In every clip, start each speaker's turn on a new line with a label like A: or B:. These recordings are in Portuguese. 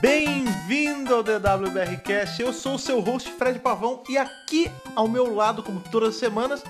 A: Bem-vindo ao DWBRCast, eu sou o seu host Fred Pavão e aqui ao meu lado, como todas as semanas,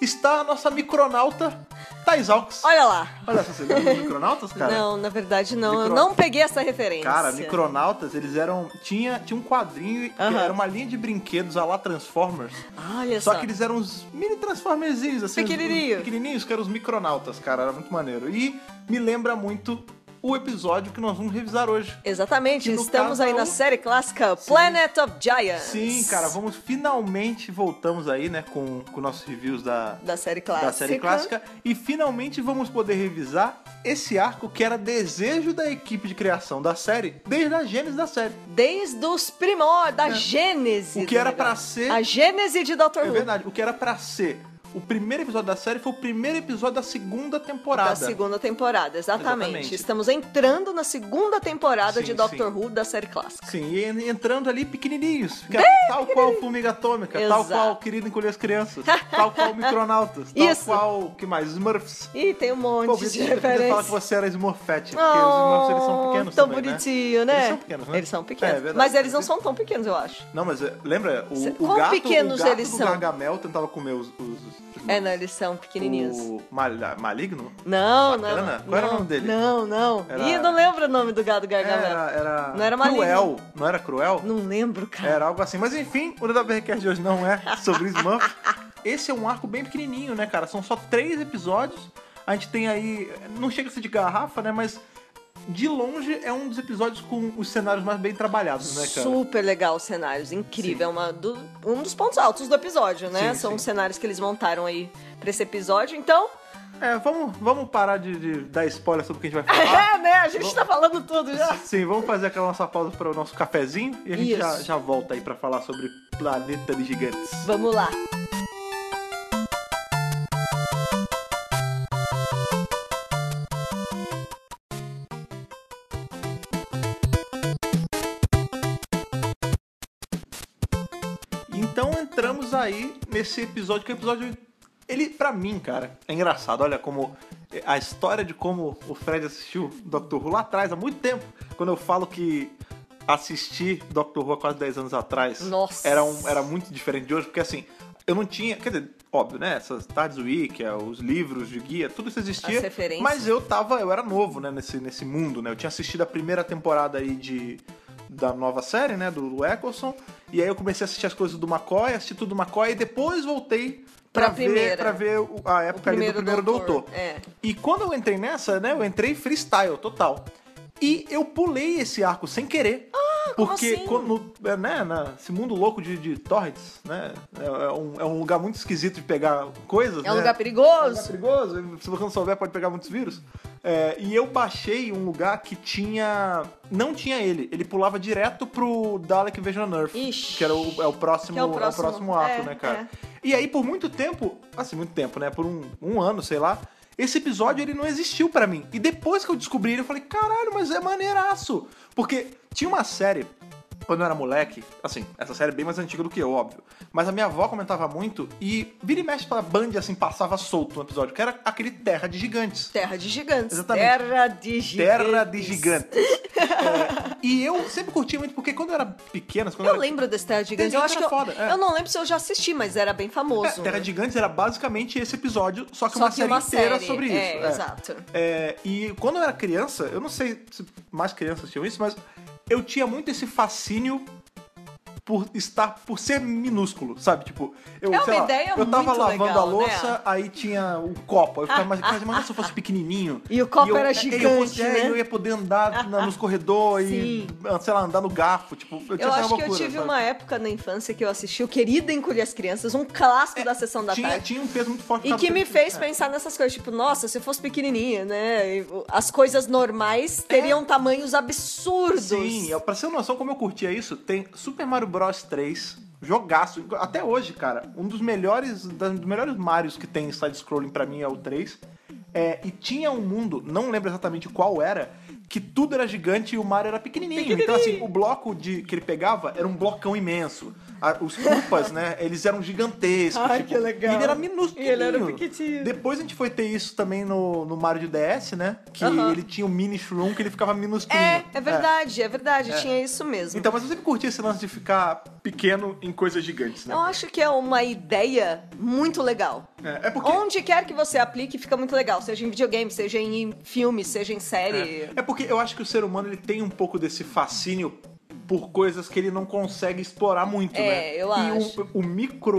A: está a nossa micronauta Thais Alves.
B: Olha lá.
A: Olha essa você lembra dos micronautas, cara?
B: Não, na verdade não. Eu
A: Micro-
B: não peguei essa referência.
A: Cara, micronautas, eles eram. Tinha, tinha um quadrinho que
B: Aham.
A: era uma linha de brinquedos a lá Transformers.
B: Olha
A: Só
B: só.
A: que eles eram uns mini transformerzinhos, assim. uns-
B: Pequenininho.
A: uns Pequenininhos, que eram os micronautas, cara. Era muito maneiro. E me lembra muito o episódio que nós vamos revisar hoje.
B: Exatamente,
A: que no
B: estamos
A: caso
B: aí
A: é
B: na
A: o-
B: série clássica Planet of Giants.
A: Sim, cara, vamos finalmente voltamos aí, né, com, com nossos reviews da,
B: Da série clássica.
A: da série clássica. E finalmente vamos poder revisar esse arco que era desejo da equipe de criação da série desde a gênese da série.
B: Desde os primórdios, da gênese.
A: É. O que
B: do
A: era pra
B: negócio.
A: ser-
B: A gênese de Dr.
A: É
B: Who.
A: verdade, o que era pra ser o primeiro episódio da série foi o primeiro episódio da segunda temporada.
B: Da segunda temporada, exatamente.
A: Exatamente.
B: Estamos entrando na segunda temporada
A: Sim,
B: de Dr.
A: sim.
B: Who da série clássica.
A: Sim, e en- entrando ali pequenininhos, que- tal qual Formiga Atômica, tal
B: Exato.
A: qual Querido Encolher as Crianças, tal qual Micronautas, tal
B: Isso.
A: qual, que mais, Smurfs.
B: Ih, tem um monte
A: Pô,
B: de
A: podia, podia falar que
B: referência.
A: você era Smurfette, porque os Smurfs
B: Oh,
A: eles são pequenos
B: tão
A: também, né?
B: bonitinho, né?
A: Eles são pequenos, né?
B: Eles são pequenos.
A: É, é verdade.
B: mas eles não são tão pequenos, eu acho.
A: Não, mas é, lembra, o,
B: Cê-
A: o
B: quão
A: gato,
B: pequenos
A: o gato
B: eles
A: do
B: são?
A: Gargamel tentava comer os... os, os
B: É, não, eles são pequenininhos.
A: O mal- maligno?
B: Não, não.
A: Sacana?
B: não.
A: Qual era o nome dele?
B: Não, não.
A: Era-
B: Ih, eu não lembro o nome do gado gargamel.
A: Era, era...
B: Não era maligno.
A: Cruel, não era cruel?
B: Não lembro, cara.
A: Era algo assim. Mas enfim, o DWRcast de hoje não é sobre Smurfs. Esse é um arco bem pequenininho, né, cara? São só três episódios. A gente tem aí... Não chega a ser de garrafa, né? Mas de longe é um dos episódios com os cenários mais bem trabalhados, né, cara?
B: Super legal os cenários, incrível.
A: Sim.
B: É uma do- um dos pontos altos do episódio, né?
A: Sim,
B: São
A: sim.
B: os cenários que eles montaram aí pra esse episódio. Então,
A: É, vamos, vamos parar de, de dar spoiler sobre o que a gente vai falar.
B: é, né? A gente tá falando tudo já.
A: Sim, vamos fazer aquela nossa pausa para o nosso cafezinho e a gente
B: Isso.
A: já, já volta aí para falar sobre Planeta de Gigantes.
B: Vamos lá.
A: Então entramos aí nesse episódio, que é o episódio. Ele, pra mim, cara, é engraçado. Olha como. é, A história de como o Fred assistiu Doctor Who lá atrás, há muito tempo. Quando eu falo que assistir Doctor Who há quase 10 anos atrás
B: Nossa.
A: Era, um- era muito diferente de hoje, porque assim, eu não tinha. Quer dizer, óbvio, né? Essas Tardes Week, os livros de guia, tudo isso existia.
B: As referências.
A: Mas eu tava. Eu era novo, né, nesse, nesse mundo, né? Eu tinha assistido a primeira temporada aí de. Da nova série, né? Do Eccleston. E aí eu comecei a assistir as coisas do McCoy, assisti tudo do McCoy e depois voltei pra,
B: Pra
A: ver,
B: primeira.
A: pra ver o- a época ali do primeiro doutor.
B: É.
A: E quando eu entrei nessa, né? Eu entrei freestyle total. E eu pulei esse arco sem querer. Ah,
B: como
A: porque
B: assim?
A: quando, é, né, na- esse mundo louco de, de torrents, né? É, é um, é um lugar muito esquisito de pegar coisas.
B: É
A: né? É
B: um lugar
A: um lugar
B: perigoso.
A: perigoso, se você não souber, pode pegar muitos vírus. É, e eu baixei um lugar que tinha. Não tinha ele. Ele pulava direto pro Dalek Vision Earth.
B: Ixi.
A: Que era o, é o próximo,
B: Que é o próximo.
A: ato,
B: É,
A: né, cara? E aí, por muito tempo, assim, muito tempo, né? Por um, um ano, sei lá, esse episódio ele não existiu pra mim. E depois que eu descobri ele, eu falei, caralho, mas é maneiraço! Porque tinha uma série, quando eu era moleque, assim, essa série é bem mais antiga do que eu, óbvio. Mas a minha avó comentava muito e vira e mexe pela Band, assim, passava solto um episódio, que era aquele Terra de Gigantes.
B: Terra de gigantes.
A: Exatamente.
B: Terra de gigantes.
A: Terra de Gigantes. É, e eu sempre curti muito, porque quando eu era pequena, quando eu, era
B: Eu lembro desse Terra de Gigantes.
A: Tem
B: Eu
A: gente que
B: acho que
A: é
B: eu,
A: foda, é.
B: eu não lembro se eu já assisti, mas era bem
A: É,
B: famoso.
A: Terra de Gigantes era basicamente esse episódio, só que
B: Só
A: uma
B: que
A: série
B: uma
A: inteira
B: série,
A: sobre isso.
B: é,
A: é.
B: exato.
A: É, e quando eu era criança, eu não sei se mais crianças tinham isso, mas eu tinha muito esse fascínio por estar por ser minúsculo, sabe? Tipo, eu,
B: É uma
A: sei lá,
B: ideia
A: eu tava
B: muito
A: lavando
B: legal,
A: a louça,
B: né?
A: aí tinha o copo, aí eu ficava mais, cara, imagina se eu fosse pequenininho.
B: E o copo
A: eu- é,
B: era
A: eu,
B: gigante,
A: é,
B: né?
A: eu ia poder andar na- nos corredores e, sei lá, andar no garfo, tipo, eu tinha
B: Eu
A: essa
B: acho que eu
A: loucura,
B: tive
A: sabe?
B: uma época na infância que eu assisti o Querida Encolher as Crianças, um clássico da sessão da
A: É, tinha,
B: tarde.
A: tinha um peso muito forte
B: E
A: na-
B: que me fez
A: É.
B: pensar nessas coisas, tipo, nossa, se eu fosse pequenininha, né? e As coisas normais teriam tamanhos absurdos.
A: É. Sim, eu- pra você ter noção como eu curtia isso, tem Super Mario Bros 3, jogaço, até hoje, cara. Um dos melhores, das- dos melhores Marios que tem side-scrolling pra mim é o 3. É, e tinha um mundo, não lembro exatamente qual era, que tudo era gigante e o Mario era pequenininho. Então, assim, o bloco de, que ele pegava era um blocão imenso. a- os Koopas, né? Eles eram gigantescos.
B: Ai,
A: tipo,
B: que legal.
A: E ele era minúsculo.
B: E ele era pequitinho.
A: Depois a gente foi ter isso também no, no Mario de DS, né? Que
B: Aham.
A: ele tinha o mini Shroom que ele ficava minúsculo.
B: É, é verdade, é verdade, tinha isso mesmo.
A: Então, mas eu sempre curti esse lance de ficar pequeno em coisas gigantes, né?
B: Eu acho que é uma ideia muito legal.
A: É, é porque.
B: Onde quer que você aplique, fica muito legal. Seja em videogame, seja em filme, seja em série.
A: É porque eu acho que o ser humano ele tem um pouco desse fascínio por coisas que ele não consegue explorar muito,
B: É,
A: né?
B: eu
A: e
B: acho.
A: O, o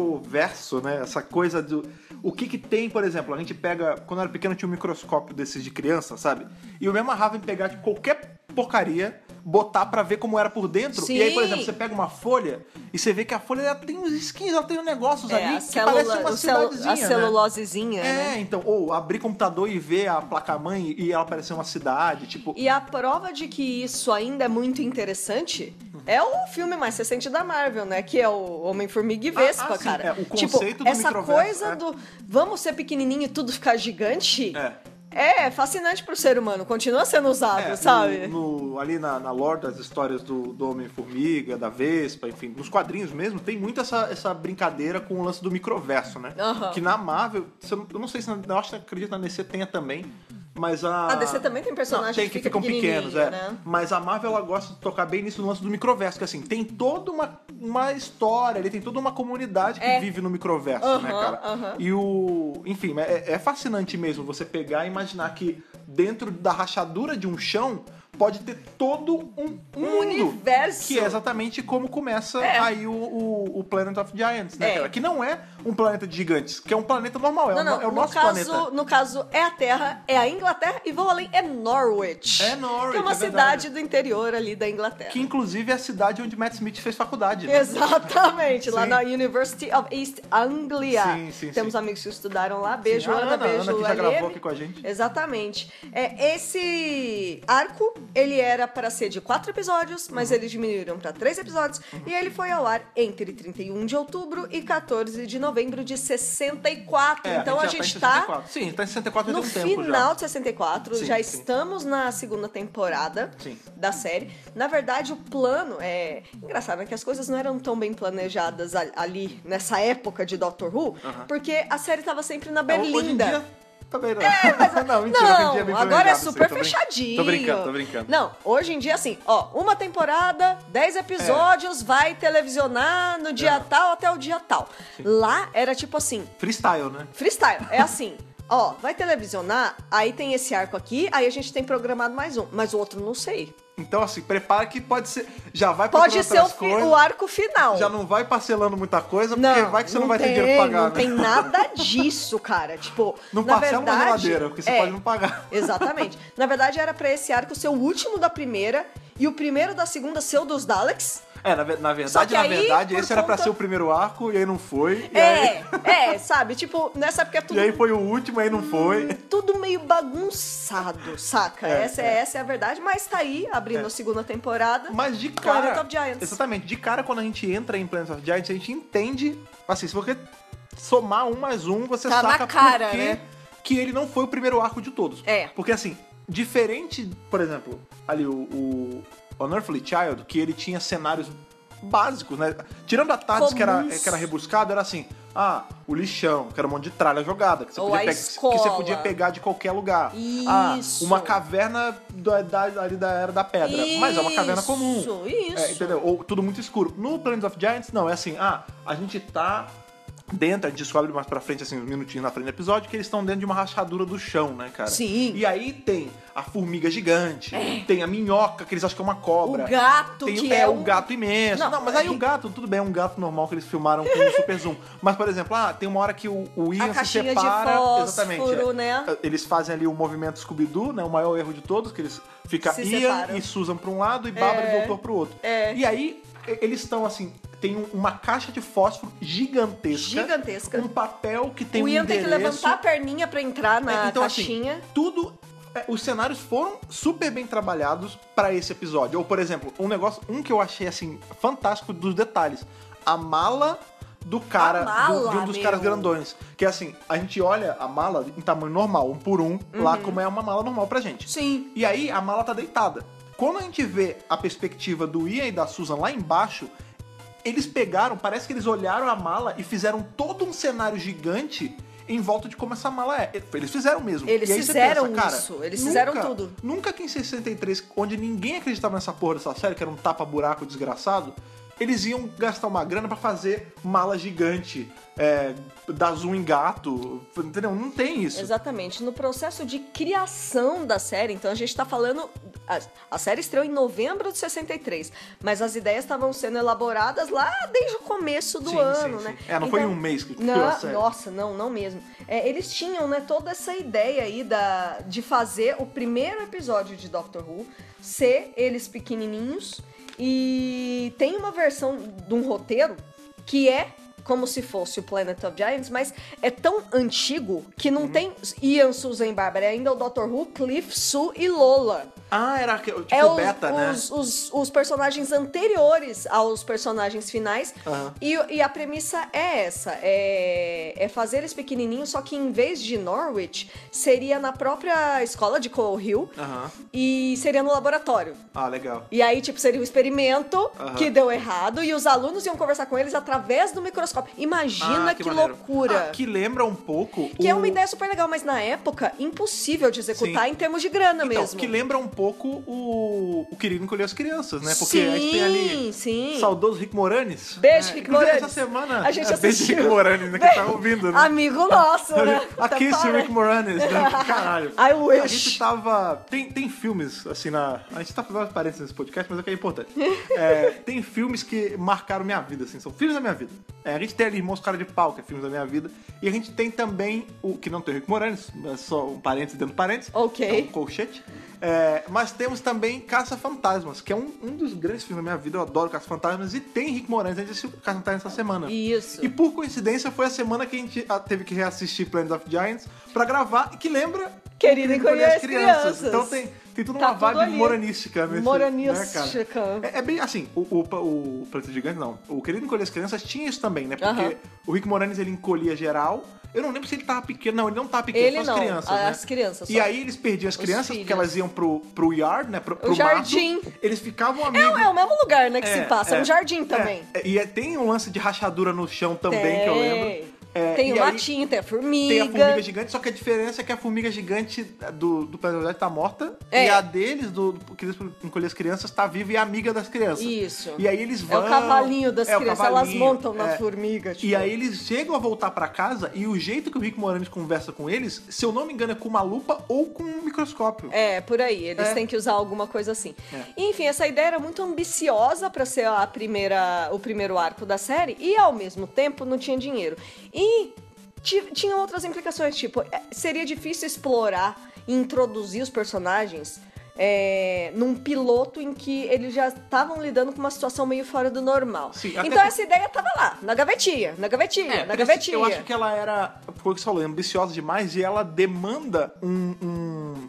A: microverso, né? Essa coisa do. O que que tem, por exemplo, a gente pega. Quando eu era pequeno tinha um microscópio desses de criança, sabe? E eu me amarrava em pegar tipo, qualquer porcaria, botar pra ver como era por dentro. E aí, por
B: Sim.
A: exemplo, você pega uma folha e você vê que a folha ela tem uns skins, ela tem uns negócios
B: É,
A: ali
B: a,
A: que
B: célula,
A: parece uma
B: o celu-
A: cidadezinha.
B: a
A: né?
B: celulosezinha, né?
A: É, então, ou abrir computador e ver a placa-mãe e ela parecer uma cidade, tipo,
B: E a prova de que isso ainda é muito interessante é o filme mais recente da Marvel, né? Que é o Homem-Formiga e
A: Ah, ah,
B: Vespa,
A: sim.
B: cara.
A: É, o
B: tipo,
A: conceito do
B: essa
A: microverso,
B: coisa
A: é.
B: do vamos ser pequenininho e tudo ficar gigante
A: É.
B: é, fascinante pro ser humano. Continua sendo usado,
A: É,
B: sabe?
A: no- no- ali na, na lore das histórias do, do Homem-Formiga, da Vespa, enfim, nos quadrinhos mesmo, tem muito essa, essa brincadeira com o lance do microverso, né?
B: Aham.
A: Que na Marvel, se eu não- eu não sei se na, eu acho que acredito na DC tenha também, mas a.
B: A DC Ah, também tem personagens
A: Não, tem
B: que
A: que,
B: fica
A: ficam pequenos,
B: pequenininho,
A: é.
B: né?
A: Mas a Marvel ela gosta de tocar bem nisso no lance do microverso, que assim, tem toda uma, uma história, ali tem toda uma comunidade que
B: É.
A: vive no microverso, né,
B: Aham,
A: cara?
B: aham.
A: E o. Enfim, é, é fascinante mesmo você pegar e imaginar que dentro da rachadura de um chão pode ter todo um,
B: Um
A: mundo.
B: universo.
A: Que é exatamente como começa
B: É.
A: aí o, o, o Planet of Giants, né,
B: É.
A: cara? Que não é um planeta de gigantes, que é um planeta normal, é,
B: Não,
A: o, no-
B: não.
A: é o
B: no,
A: nosso
B: caso,
A: planeta.
B: no caso, é a Terra, é a Inglaterra e vou além, é Norwich.
A: É Norwich,
B: Que é uma
A: é verdade.
B: cidade do interior ali da Inglaterra.
A: Que inclusive é a cidade onde Matt Smith fez faculdade. né?
B: Exatamente, lá
A: Sim.
B: na University of East Anglia.
A: Sim, sim,
B: Temos
A: sim.
B: amigos que estudaram lá. Beijo,
A: Sim, a
B: Ana,
A: Ana,
B: beijo,
A: Ana que já
B: LM.
A: gravou aqui com a gente.
B: Exatamente. É, esse arco, ele era para ser de quatro episódios, mas
A: Uhum.
B: eles diminuíram para três episódios. E ele foi ao ar entre 31 de outubro e 14 de novembro de 64.
A: É,
B: então a
A: já
B: gente
A: em
B: está
A: 64. Sim, tá em 64 já
B: no
A: tem um tempo
B: final
A: já.
B: de 64,
A: Sim,
B: já
A: sim.
B: estamos na segunda temporada
A: Sim.
B: da série. Na verdade, o plano é. Engraçado, né? Que as coisas não eram tão bem planejadas a- ali, nessa época de Doctor Who, porque a série tava sempre na Berlinda.
A: É, Então,
B: É,
A: Hoje em dia, também não. não, mentira, hoje em dia é bem
B: Não, agora é
A: planejado,
B: super
A: sim, tô brin-
B: fechadinho.
A: Tô brincando, tô brincando.
B: Não, hoje em dia, assim, ó, uma temporada, 10 episódios, vai televisionar no dia
A: É.
B: tal até o dia tal. Lá era tipo assim,
A: Freestyle, né?
B: Freestyle, é assim. Ó, vai televisionar, aí tem esse arco aqui, aí a gente tem programado mais um, mas o outro não sei.
A: Então, assim, prepara que pode ser. Já vai
B: Pode
A: procurando
B: ser o,
A: outras
B: fi-
A: coisas,
B: o arco final.
A: Já não vai parcelando muita coisa,
B: Não,
A: porque vai que você não, vai ter
B: tem,
A: dinheiro pra pagar,
B: Não
A: né?
B: tem nada disso, cara. Tipo,
A: Não
B: na
A: parcela
B: verdade,
A: uma geladeira, porque você
B: é,
A: pode não pagar.
B: Exatamente. Na verdade, era pra esse arco ser o último da primeira e o primeiro da segunda ser o dos Daleks.
A: É, na, ve- na
B: Só
A: verdade,
B: que
A: na
B: aí,
A: verdade,
B: por
A: esse era pra
B: conta-
A: ser o primeiro arco e aí não foi. E aí,
B: É, é, sabe? Tipo, nessa época tudo
A: e aí foi o último e aí não
B: Hum.
A: foi.
B: tudo meio bagunçado, saca?
A: É,
B: essa, é. essa é a verdade, mas tá aí, abrindo a segunda temporada.
A: Mas de cara.
B: Planet of Giants.
A: Exatamente. De cara, quando a gente entra em Planet of Giants, a gente entende. Assim, se você somar um mais um, você
B: Tá na
A: saca
B: cara,
A: por quê
B: né?
A: que ele não foi o primeiro arco de todos.
B: É.
A: Porque assim, diferente, por exemplo, ali o, o Unearthly Child, que ele tinha cenários básicos, né? Tirando a Tardes, que era,
B: Comuns.
A: que era rebuscado, era assim. Ah, o lixão, que era um monte de tralha jogada, que você,
B: Ou
A: podia,
B: a
A: pe- que você
B: escola.
A: podia pegar de qualquer lugar.
B: Isso.
A: Ah, uma caverna da, da- ali da era da pedra. Mas é uma caverna comum.
B: Isso,
A: É,
B: isso.
A: entendeu? Ou tudo muito escuro. No Planet of Giants, não, é assim, ah, a gente tá dentro, a gente descobre mais pra frente, assim, uns minutinhos na frente do episódio, que eles estão dentro de uma rachadura do chão, né, cara?
B: Sim. É.
A: E aí tem a formiga gigante, tem a minhoca, que eles acham que é uma cobra.
B: O gato,
A: tem,
B: que
A: é,
B: é
A: o
B: um-
A: gato imenso.
B: Não,
A: Não, mas aí
B: é-
A: o gato, tudo bem, é um gato normal que eles filmaram com o super zoom. Mas, por exemplo, ah, tem uma hora que o, o Ian se
B: caixinha de
A: separa.
B: fósforo,
A: exatamente. é.
B: né?
A: Eles fazem ali o movimento Scooby-Doo, né? O maior erro de todos, que eles ficam
B: Se
A: Ian
B: separam.
A: e Susan pra um lado e Bárbara
B: É.
A: e o Doutor pro outro.
B: É.
A: E aí, e- eles estão assim, tem um- uma caixa de fósforo gigantesca.
B: Gigantesca.
A: Um papel que tem
B: o
A: um
B: Ian tem que
A: endereço.
B: levantar a perninha pra entrar Tá na
A: É, então,
B: caixinha.
A: Assim, tudo. é, Os cenários foram super bem trabalhados pra esse episódio. Ou, por exemplo, um negócio, um que eu achei assim, fantástico dos detalhes. A mala do cara,
B: A mala,
A: do- de um dos
B: meu.
A: caras grandões. Que é assim, a gente olha a mala em tamanho normal, um por um,
B: Uhum.
A: lá como é uma mala normal pra gente.
B: Sim.
A: E aí a mala tá deitada. Quando a gente vê a perspectiva do Ian e da Susan lá embaixo, Eles pegaram, parece que eles olharam a mala e fizeram todo um cenário gigante em volta de como essa mala é. Eles fizeram mesmo.
B: Eles
A: E aí você
B: fizeram
A: pensa, cara,
B: isso, eles fizeram
A: nunca-
B: tudo.
A: Nunca que em 63, onde ninguém acreditava nessa porra dessa série, que era um tapa-buraco desgraçado, eles iam gastar uma grana pra fazer mala gigante, é, dar zoom em gato, entendeu? Não tem isso.
B: Exatamente. No processo de criação da série, então a gente tá falando. A, a série estreou em novembro de 63, mas as ideias estavam sendo elaboradas lá desde o começo do
A: Sim, sim,
B: ano,
A: sim.
B: né?
A: É, não foi em um mês que criou a
B: não,
A: série.
B: Nossa, não, não mesmo. É, eles tinham, né, toda essa ideia aí da, de fazer o primeiro episódio de Doctor Who ser eles pequenininhos e tem uma versão de um roteiro que é como se fosse o Planet of Giants, mas é tão antigo que
A: Uhum.
B: não tem Ian, Susan e Barbara, é ainda o Doctor Who, Cliff, Sue e Lola
A: Ah, era que- tipo
B: é os,
A: beta, né?
B: os, os- os personagens anteriores aos personagens finais.
A: Aham.
B: E, e a premissa é essa: é, é fazer eles pequenininhos, só que em vez de Norwich, seria na própria escola de Coal Hill
A: Aham.
B: e seria no laboratório.
A: Ah, legal.
B: E aí, tipo, seria um experimento
A: Aham.
B: que deu errado e os alunos iam conversar com eles através do microscópio. Imagina
A: Ah,
B: que,
A: maneiro.
B: loucura!
A: Ah, que lembra um pouco.
B: Que é
A: o-
B: uma ideia super legal, mas na época, impossível de executar
A: Sim.
B: em termos de grana
A: Então,
B: mesmo.
A: que lembra um pouco o, o querido encolher as crianças, né? Porque
B: sim,
A: a gente tem ali
B: sim.
A: saudoso Rick Moranes.
B: Beijo,
A: né?
B: Rick
A: Inclusive,
B: Moranis.
A: Essa semana.
B: a gente
A: é,
B: assistiu. Ah,
A: Beijo, Rick Moranis, né? Que tá ouvindo, né?
B: Amigo nosso, né?
A: Aqui
B: Tá
A: esse Rick Moranis, né? Caralho.
B: I wish.
A: A gente tava. Tem, tem filmes, assim, na. A gente tá fazendo umas parênteses nesse podcast, mas é que é importante. É, tem filmes que marcaram minha vida, assim, são filmes da minha vida. É, a gente tem ali Irmãos Cara de Pau, que é filmes da minha vida. E a gente tem também o. Que não tem o Rick Moranis, é só um parênteses dentro do parênteses.
B: Ok.
A: É um colchete. É, mas temos também Caça Fantasmas, que é um, um dos grandes filmes da minha vida. Eu adoro Caça Fantasmas e tem Rick Moranis. A gente assistiu Caça Fantasmas essa semana.
B: Isso.
A: E por coincidência foi a semana que a gente ah, teve que reassistir Planet of Giants pra gravar e que lembra
B: Querido
A: que
B: e Colher as Crianças.
A: Então tem, tem tudo
B: Tá
A: uma
B: tudo
A: vibe
B: ali.
A: moranística. nesse- Né,
B: Moranística.
A: cara? é, é bem assim, o, o, o Planeta Gigante não, o Querido Encolher as Crianças tinha isso também, né? Porque
B: Aham.
A: o Rick Moranis ele encolhia geral. Eu não lembro se ele tava pequeno, não, ele não tava pequeno,
B: Ele
A: só
B: não,
A: as crianças, né?
B: as crianças.
A: E
B: só.
A: aí eles perdiam as
B: Os
A: crianças porque
B: filhos.
A: elas iam pro, pro yard, né? Pro, pro mato.
B: jardim.
A: Eles ficavam
B: é,
A: amigos.
B: o- é o mesmo lugar, né, que
A: É,
B: se passa. É,
A: é.
B: um jardim
A: É,
B: também.
A: é, e é- tem um lance de rachadura no chão também, que eu lembro. É,
B: tem
A: e
B: o
A: aí
B: latinho, tem a formiga.
A: Tem a formiga gigante, só que a diferença é que a formiga gigante do, do Planeta Verdade tá morta.
B: É.
A: E a deles, do, do que eles encolher as crianças, tá viva e é amiga das crianças.
B: Isso.
A: E aí eles
B: É
A: vão.
B: o cavalinho das
A: é o
B: crianças. Elas
A: cavalinho,
B: montam na
A: é.
B: formiga. Tipo.
A: E aí eles chegam a voltar pra casa e o jeito que o Rick Moranis conversa com eles, se eu não me engano, é com uma lupa ou com um microscópio.
B: É, por aí. Eles
A: É.
B: têm que usar alguma coisa assim.
A: É.
B: Enfim, essa ideia era muito ambiciosa pra ser a primeira, o primeiro arco da série e, ao mesmo tempo, não tinha dinheiro. E ti- tinha outras implicações, tipo, é, seria difícil explorar e introduzir os personagens é, num piloto em que eles já estavam lidando com uma situação meio fora do normal.
A: Sim, até
B: então
A: por-
B: essa ideia tava lá, na gavetinha, na gavetinha, na
A: preci-
B: gavetinha.
A: É, assim, Eu acho que ela era, foi o que você falou, ambiciosa demais e ela demanda um, um,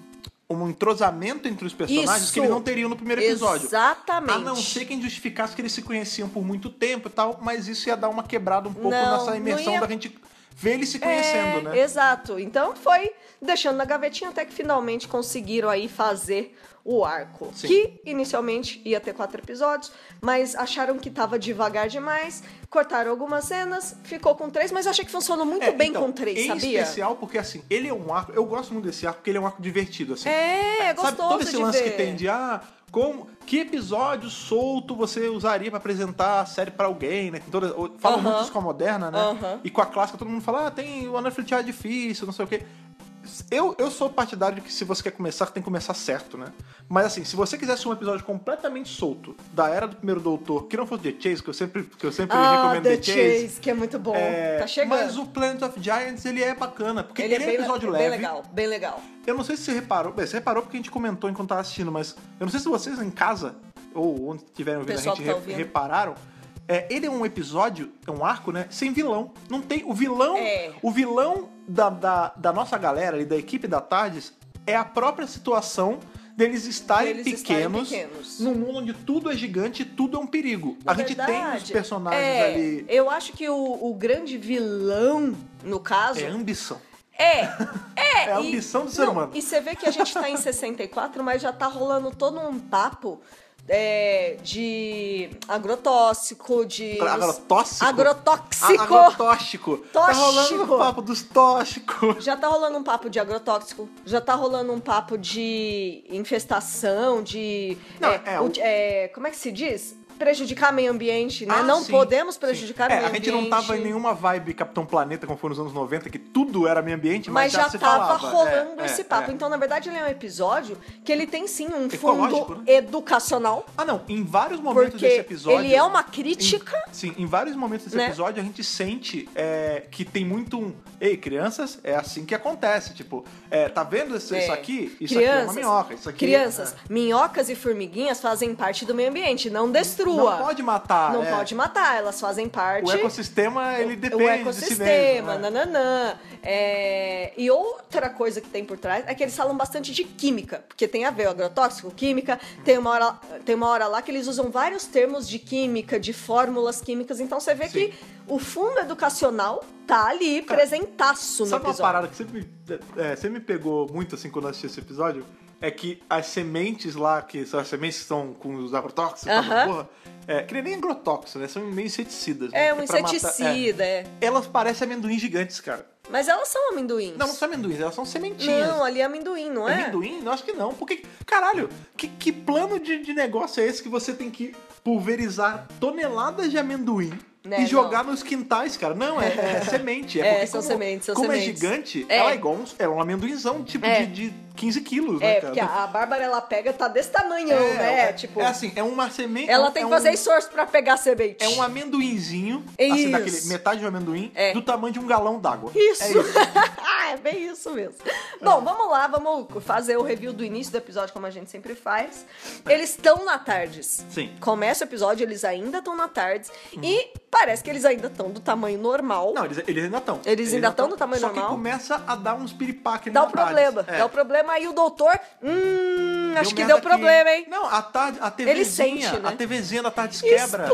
A: um entrosamento entre os personagens
B: Isso.
A: que eles não teriam no primeiro episódio.
B: Exatamente.
A: A não ser quem justificasse que eles se conheciam por muito tempo e tal, mas isso ia dar uma quebrada um pouco
B: Não,
A: nessa imersão
B: não ia-
A: da gente ver eles se
B: É,
A: conhecendo, né?
B: Exato. Então foi deixando na gavetinha até que finalmente conseguiram aí fazer o arco.
A: Sim.
B: Que inicialmente ia ter quatro episódios, mas acharam que tava devagar demais, cortaram algumas cenas, ficou com três, mas eu achei que funcionou muito
A: É,
B: bem
A: então,
B: com três,
A: em
B: sabia?
A: especial porque, assim, ele é um arco... Eu gosto muito desse arco porque ele é um arco divertido, assim.
B: É, é
A: Sabe
B: gostoso
A: todo esse
B: de
A: lance
B: ver.
A: que tem de ah, como que episódio solto você usaria pra apresentar a série pra alguém, né? Tem toda, ou- fala
B: Aham.
A: muito isso com a moderna, né?
B: Aham.
A: E com a clássica todo mundo fala, ah, tem o Anafritiar difícil, não sei o quê. Eu, eu sou partidário de que se você quer começar, tem que começar certo, né? Mas assim, se você quisesse um episódio completamente solto da era do primeiro doutor, que não fosse The Chase, que eu sempre, que eu sempre
B: Ah,
A: recomendo
B: The Chase, que é muito bom.
A: é,
B: tá chegando.
A: Mas o Planet of Giants, ele é bacana, porque
B: Ele
A: ele,
B: é
A: é um
B: bem,
A: episódio
B: bem
A: leve.
B: legal, bem legal.
A: Eu não sei se você reparou, bem, você reparou porque a gente comentou enquanto tava assistindo, mas eu não sei se vocês em casa, ou onde estiverem ouvindo, a
B: Pessoal
A: gente
B: que tá
A: re-
B: ouvindo.
A: repararam. É, ele é um episódio, é um arco, né? Sem vilão. Não tem. O vilão.
B: É.
A: O vilão da, da, da nossa galera e da equipe da Tardes é a própria situação deles estarem,
B: Deles estarem
A: pequenos,
B: pequenos.
A: num mundo onde tudo é gigante e tudo é um perigo.
B: Na
A: a gente tem os
B: verdade,
A: personagens
B: é,
A: ali.
B: Eu acho que o, o grande vilão, no caso,
A: É ambição.
B: É, é.
A: É a
B: e-
A: ambição do ser
B: não,
A: humano.
B: E você vê que a gente tá em 64, mas já tá rolando todo um papo é, de agrotóxico, de.
A: Agrotóxico? Ah,
B: Agrotóxico!
A: Agrotóxico. Tá
B: Tóxico.
A: rolando o papo dos tóxicos.
B: Já tá rolando um papo de agrotóxico, já tá rolando um papo de infestação, de.
A: Não,
B: é,
A: é,
B: o-
A: o-
B: é, como é que se diz? Prejudicar meio ambiente, né?
A: Ah,
B: não
A: sim,
B: podemos
A: sim.
B: prejudicar
A: É,
B: meio
A: a
B: ambiente.
A: gente não tava em nenhuma vibe Capitão Planeta, como foi nos anos 90, que tudo era meio ambiente, mas,
B: Mas já,
A: se
B: tava
A: falava.
B: rolando
A: É,
B: esse
A: é,
B: papo.
A: é.
B: Então, na verdade, ele é um episódio que ele tem sim um
A: Ecológico,
B: fundo
A: né?
B: educacional.
A: Ah, não. Em vários momentos
B: Porque
A: desse episódio.
B: ele é uma crítica.
A: Em- sim, em vários momentos desse
B: Né?
A: episódio a gente sente é, que tem muito um. Ei, crianças, é assim que acontece. Tipo, é, tá vendo isso, isso
B: É.
A: aqui? Isso aqui
B: crianças,
A: é uma minhoca. Isso aqui
B: crianças,
A: é,
B: minhocas e formiguinhas fazem parte do meio ambiente. Não destrua.
A: não pode matar.
B: Não
A: é.
B: pode matar, elas fazem
A: O
B: parte.
A: ecossistema, ele depende
B: o
A: de si mesmo.
B: ecossistema,
A: é.
B: nananã. É, E outra coisa que tem por trás é que eles falam bastante de química, porque tem a ver o agrotóxico, química. Tem uma, hora, tem uma hora lá que eles usam vários termos de química, de fórmulas químicas. Então você vê
A: Sim.
B: que o fundo educacional tá ali, presentaço no
A: Sabe uma
B: episódio.
A: parada que sempre me, é, sempre me pegou muito assim quando eu assisti esse episódio? É que as sementes lá, que são as sementes que estão com os agrotóxicos, e tal,
B: Aham.
A: porra, é, que nem- nem agrotóxicos, né? São meio inseticidas. né?
B: É um
A: Que pra matar- é.
B: inseticida, é.
A: Elas parecem amendoins gigantes, cara.
B: Mas elas são amendoins.
A: Não, não são amendoins, elas são sementinhas.
B: Não, ali é amendoim, não é?
A: Amendoim? Não, acho que não. Porque, caralho, que, que plano de, de negócio é esse que você tem que pulverizar toneladas de amendoim
B: Né,
A: e jogar nos quintais, cara? Não, é, é semente.
B: É,
A: porque
B: são
A: como-
B: sementes, são
A: Como é
B: sementes.
A: gigante,
B: É.
A: ela é igual um, é um amendoinzão, tipo
B: É.
A: de, de 15 quilos, né,
B: É,
A: cara?
B: porque a a Bárbara ela pega, tá desse tamanho,
A: é,
B: né?
A: é,
B: tipo,
A: é assim, é uma semente.
B: ela
A: é
B: tem
A: um-
B: que fazer esforço pra pegar a semente.
A: É um amendoinzinho,
B: É
A: assim,
B: isso.
A: daquele, metade de um amendoim,
B: É.
A: do tamanho de um galão d'água.
B: Isso.
A: É isso.
B: Ah, é bem isso mesmo. Bom, vamos lá, vamos fazer o review do início do episódio, como a gente sempre faz. Eles estão na tardes.
A: Sim.
B: Começa o episódio, eles ainda estão na tardes. E parece que eles ainda estão do tamanho normal.
A: Não, eles, eles ainda estão. Eles,
B: ainda tão
A: tão,
B: do tamanho
A: só
B: normal?
A: que começa a dar uns piripaque
B: dá o
A: na tarde.
B: problema.
A: É.
B: Dá um o problema. Aí o doutor. Hum, acho que
A: merda
B: deu problema,
A: aqui.
B: hein?
A: Não, a tarde, a TVzinha,
B: sente, né?
A: a TVzinha da tarde quebra.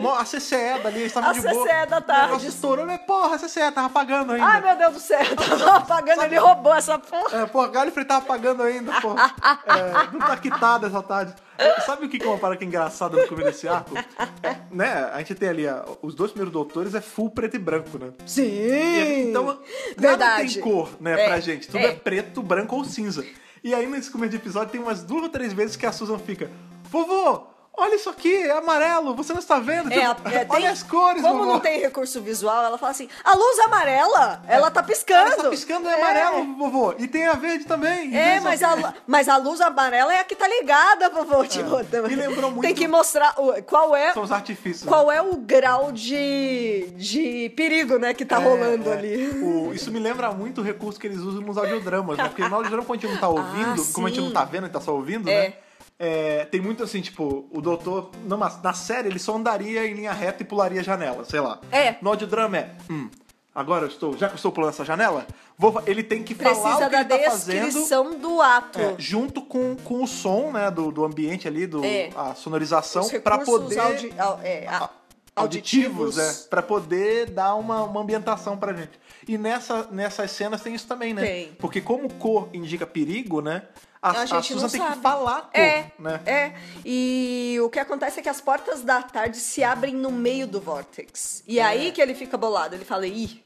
A: Mó- A CCE dali, eles estavam
B: A
A: de boa.
B: CCE da
A: O negócio
B: tarde.
A: estourou, mas porra, a CCE tava pagando ainda.
B: Ai, meu Deus do céu, eu tava apagando, ele roubou essa porra.
A: É, porra, Galifrey tava pagando ainda, porra. É, não tá quitada essa tarde. É, Sabe o que que é uma parada que é engraçada no começo desse arco? É, né, a gente tem ali, a- os dois primeiros doutores é full preto e branco, né?
B: Sim!
A: Então, nada
B: Verdade.
A: tem cor, né,
B: É,
A: pra gente. Tudo
B: é.
A: é. preto, branco ou cinza. E aí, nesse começo de episódio, tem umas duas ou três vezes que a Susan fica... Vovô, olha isso aqui, é amarelo, você não está vendo?
B: É,
A: Tipo,
B: é, tem-
A: olha as cores,
B: Como
A: vovô.
B: não tem recurso visual, ela fala assim: a luz amarela, ela tá piscando.
A: Ela tá piscando, é amarelo, vovô. E tem a verde também.
B: É,
A: Isso.
B: mas a, lu- mas a luz amarela é a que tá ligada, vovô. Tipo,
A: É. me lembrou muito-
B: Tem que mostrar o- qual é,
A: São os artifícios.
B: qual é o grau de, de perigo, né, que tá
A: É,
B: rolando
A: é.
B: ali.
A: O- isso me lembra muito o recurso que eles usam nos audiodramas, né? Porque no audiodrama, quando a gente não tá ouvindo,
B: Ah,
A: como a gente
B: sim.
A: não tá vendo, a gente tá só ouvindo,
B: É.
A: né? É, tem muito assim, tipo, o doutor, numa, na série, ele só andaria em linha reta e pularia a janela, sei lá.
B: É.
A: No audiodrama é. Hum, agora eu estou. Já que eu estou pulando essa janela, vou fa- ele tem que falar
B: Precisa
A: o que
B: da
A: ele tá fazendo.
B: descrição do ato.
A: é, junto com, com o som, né, do, do ambiente ali, do,
B: É.
A: a sonorização,
B: Os recursos
A: então, pra poder
B: audi- au- é, a-
A: auditivos,
B: auditivos.
A: é, para poder dar uma, uma ambientação pra gente. E nessa, nessas cenas tem isso também, né?
B: Tem.
A: Porque como cor indica perigo, né? A,
B: A
A: a,
B: gente não
A: Susan tem
B: sabe.
A: que falar a cor,
B: É,
A: né?
B: é. E o que acontece é que as portas da tarde se abrem no meio do Vortex. E é aí que ele fica bolado. Ele fala, ih,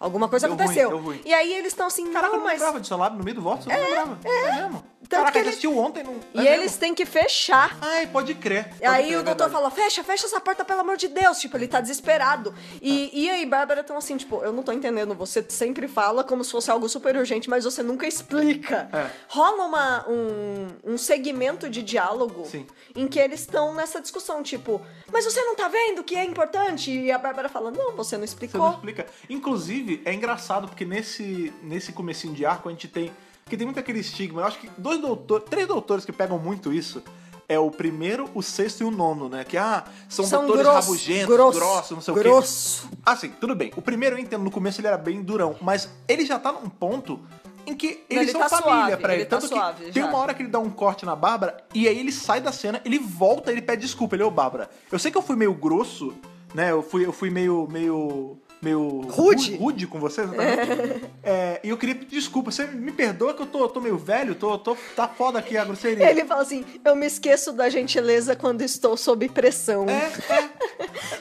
B: alguma coisa
A: É. Deu ruim,
B: aconteceu.
A: deu ruim.
B: E aí eles estão assim,
A: Caraca, eu
B: não,
A: não
B: mas...
A: lembrava disso lá no meio do voto, eu não lembrava. É, mesmo.
B: Tanto
A: Caraca,
B: que
A: a
B: ele-
A: gente assistiu ontem. Não...
B: E
A: é mesmo?
B: eles têm que fechar.
A: Ai, pode crer. pode
B: E aí
A: crer,
B: o
A: é
B: doutor
A: verdade.
B: fala, fecha, fecha essa porta, pelo amor de Deus. Tipo, ele tá desesperado. E, e aí, Bárbara, tão assim, tipo, eu não tô entendendo. Você sempre fala como se fosse algo super urgente, mas você nunca explica.
A: É.
B: Rola uma, um, um segmento de diálogo
A: Sim.
B: em que eles estão nessa discussão, tipo, mas você não tá vendo que é importante? E a Bárbara fala, não, você não
A: Você
B: explicou.
A: não explica. Inclusive, é engraçado porque nesse, nesse comecinho de arco a gente tem. Porque tem muito aquele estigma. Eu acho que dois doutores, três doutores que pegam muito isso. É o primeiro, o sexto e o nono, né? Que, ah, são, doutores
B: grosso,
A: rabugentos,
B: grosso,
A: grossos, não sei o quê.
B: grosso.
A: Assim, tudo bem. O primeiro eu entendo, no começo ele era bem durão, mas ele já tá num ponto em que
B: Não,
A: eles
B: ele
A: são
B: tá
A: família
B: suave,
A: pra ele.
B: ele tá
A: Tanto
B: suave,
A: que tem
B: já.
A: uma hora que ele dá um corte na Bárbara e aí ele sai da cena, ele volta, ele pede desculpa. Ele, ô Bárbara, eu sei que eu fui meio grosso, né? Eu fui, eu fui meio, meio meio
B: Rude.
A: ru- rude com você, exatamente. É, e eu queria pedir desculpa. Você me perdoa que eu tô, tô meio velho, tô, tô, tá foda aqui a grosseria.
B: Ele fala assim: eu me esqueço da gentileza quando estou sob pressão.
A: É, é.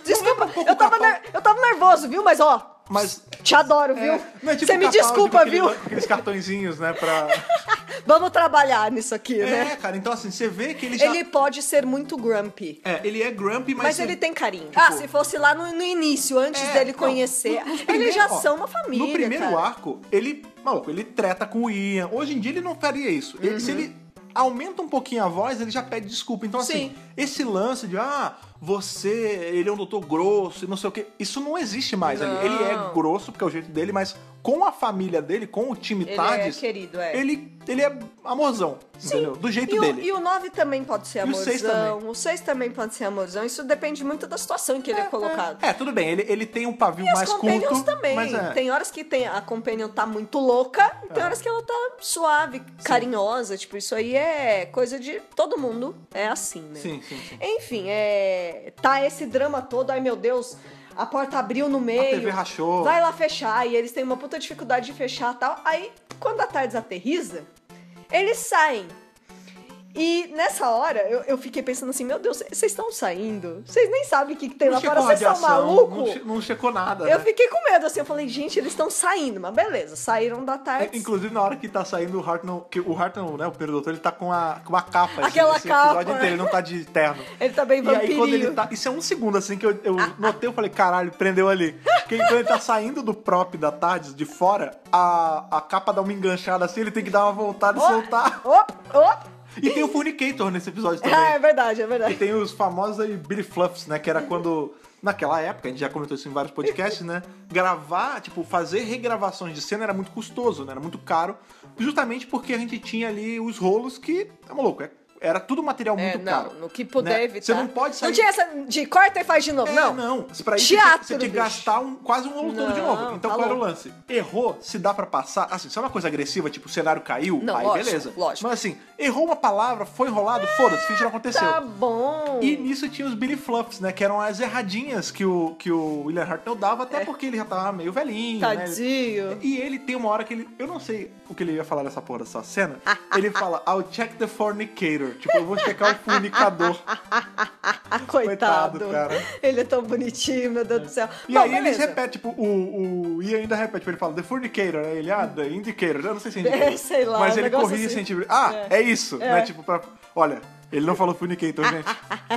B: Desculpa,
A: Não lembra um pouco
B: eu tava,
A: o Capaldi?
B: ner- eu tava nervoso, viu? Mas ó,
A: Mas.
B: te adoro, viu?
A: é, não é tipo
B: Você me
A: Capaldi com
B: desculpa,
A: aquele-
B: viu?
A: com Aqueles cartõezinhos, né? Pra...
B: Vamos trabalhar nisso aqui, né?
A: É, cara, então assim, você vê que ele já.
B: Ele pode ser muito grumpy.
A: É, ele é grumpy, mas.
B: Mas ele tem carinho. ah, se fosse lá no, no início, antes
A: É,
B: dele
A: não,
B: conhecer.
A: no- nos
B: eles
A: primeiros-
B: já
A: ó,
B: são uma família.
A: No primeiro
B: cara.
A: arco, ele. Maluco, ele treta com o Ian. Hoje em dia ele não faria isso. Ele- se ele aumenta um pouquinho a voz, ele já pede desculpa. Então, assim,
B: Sim.
A: esse lance de, ah, você, ele é um doutor grosso e não sei o quê. Isso não existe mais
B: Não.
A: ali. Ele é grosso, porque é o jeito dele, mas com a família dele, com o time
B: Ele
A: Tades,
B: é querido, é.
A: tá, ele, ele é amorzão. Entendeu? Do jeito
B: E o,
A: dele.
B: e o 9 também pode ser
A: E o seis
B: amorzão. O 6 também pode ser amorzão. Isso depende muito da situação em que ele é, colocado.
A: É, tudo bem, ele, ele tem um pavio
B: E as
A: mais
B: companions
A: curto.
B: também.
A: Mas é.
B: Tem horas que tem, a companion tá muito louca, e tem horas que ela tá suave, carinhosa. Tipo, isso aí é coisa de todo mundo. É assim, né?
A: Sim, sim, sim.
B: Enfim, é, tá esse drama todo. Ai, meu Deus, a porta abriu no meio.
A: TV rachou.
B: Vai lá fechar. E eles têm uma puta dificuldade de fechar e tal. Aí, quando a Tardes aterriza, eles saem. E nessa hora, eu, eu fiquei pensando assim, meu Deus, vocês estão saindo? Vocês nem sabem o que, que tem
A: Não
B: lá
A: checou
B: fora, vocês são
A: radiação,
B: malucos?
A: Não, che- não checou nada.
B: Eu
A: né?
B: fiquei com medo, assim, eu falei, gente, eles estão saindo, mas beleza, saíram da
A: É,
B: tarde.
A: Inclusive, na hora que tá saindo o Hartnell, que o Hartnell, né, o primeiro doutor, ele tá com a, com uma capa.
B: Aquela
A: esse, esse
B: capa.
A: episódio inteiro, ele não tá de terno.
B: Ele tá bem
A: E aí, quando ele
B: vampirinho.
A: tá. Isso é um segundo, assim, que eu, eu notei, eu falei, caralho, prendeu ali. Porque quando ele tá saindo do prop da tarde, de fora, a, a capa dá uma enganchada assim, ele tem que dar uma voltada e
B: Ó,
A: soltar.
B: Op, op.
A: E tem o Fornicator nesse episódio também.
B: Ah, é verdade, é
A: E
B: verdade.
A: tem os famosos aí Billy Fluffs, né? Que era quando, naquela época, a gente já comentou isso em vários podcasts, né? Gravar, tipo, fazer regravações de cena era muito custoso, né? Era muito caro. Justamente porque a gente tinha ali os rolos que, é maluco, é- era tudo material É,
B: É,
A: muito caro. né? Você não pode sair...
B: Não tinha essa de corta e faz de novo,
A: É,
B: não.
A: não. Pra isso
B: Teatro,
A: você tinha que
B: bicho.
A: gastar um- quase um rolo todo de
B: Não,
A: novo. Então
B: tá
A: qual era o
B: louco.
A: lance? Errou, se dá pra passar. Assim, se é uma coisa agressiva, tipo, o cenário caiu,
B: Não,
A: aí
B: lógico,
A: beleza.
B: lógico.
A: Mas assim, errou uma palavra, foi enrolado, foda-se, finge que não aconteceu.
B: Tá bom.
A: E nisso tinha os Billy Fluffs, né? Que eram as erradinhas que o, que o William Hartnell dava, até porque ele já tava meio velhinho, né?
B: É. Tadinho.
A: E ele tem uma hora que ele. Eu não sei o que ele ia falar nessa porra dessa cena. Ele fala, I'll check the fornicator. Tipo, eu vou checar o fornicador.
B: Ah, coitado.
A: Coitado, cara.
B: Ele é tão bonitinho, meu Deus do céu.
A: E
B: Bom,
A: aí eles
B: beleza.
A: repetem, tipo, o, o Ian ainda repete, tipo, ele fala, The Fornicator, né? Ele, ah, The Indicator, eu não sei se é Indicator.
B: É, sei lá,
A: Mas
B: um
A: ele
B: negócio
A: corria
B: assim.
A: sem tipo, ah, é, isso, né? Tipo, pra. Olha, ele não falou Fornicator, gente.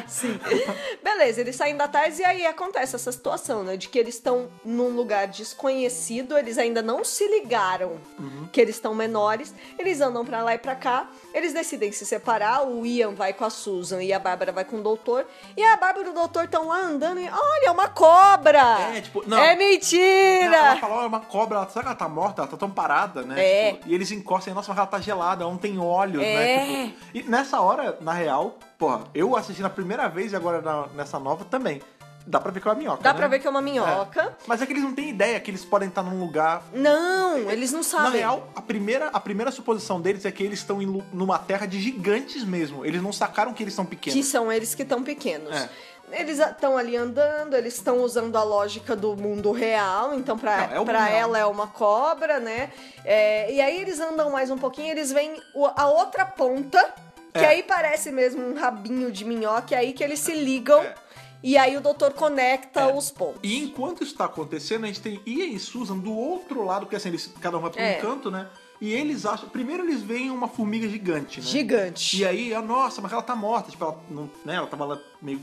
B: Sim. Beleza, eles saem da tarde e aí acontece essa situação, né? De que eles estão num lugar desconhecido, eles ainda não se ligaram
A: Uhum.
B: que eles estão menores, eles andam pra lá e pra cá, eles decidem se separar, o Ian vai com a Susan e a Bárbara vai com o doutor, e a Bárbara e o doutor estão lá andando e, olha, uma cobra!
A: É, tipo, não. Ela,
B: É
A: ela
B: mentira!
A: falou, "Olha, é uma cobra, ela- será que ela tá morta? Ela tá tão parada, né?
B: É.
A: Tipo, e eles encostam e, nossa, mas ela tá gelada, ela não tem óleo,
B: É.
A: né? Tipo, e nessa hora, na real, porra, eu assisti na primeira vez e agora na- nessa nova também. Dá pra ver que é uma minhoca,
B: Dá
A: né?
B: pra ver que é uma minhoca.
A: Mas é que eles não têm ideia que eles podem estar num lugar...
B: Não, eles não sabem.
A: Na real, a primeira, a primeira suposição deles é que eles estão em lu- numa terra de gigantes mesmo. Eles não sacaram que eles são pequenos.
B: Que são eles que estão pequenos.
A: É.
B: Eles estão ali andando, eles estão usando a lógica do mundo real, então pra,
A: Não, é o
B: pra
A: real.
B: ela é uma cobra, né? É, e aí eles andam mais um pouquinho, eles veem o- a outra ponta, que
A: É.
B: aí parece mesmo um rabinho de minhoca, e aí que eles se ligam,
A: É.
B: e aí o doutor conecta
A: É.
B: os pontos.
A: E enquanto isso tá acontecendo, a gente tem Ian e Susan do outro lado, porque assim, eles, cada um vai pra um
B: É.
A: canto, né? E eles acham. Primeiro eles veem uma formiga gigante, né?
B: Gigante.
A: E aí, ah, nossa, mas ela tá morta. Tipo, ela, não, né, ela tava lá meio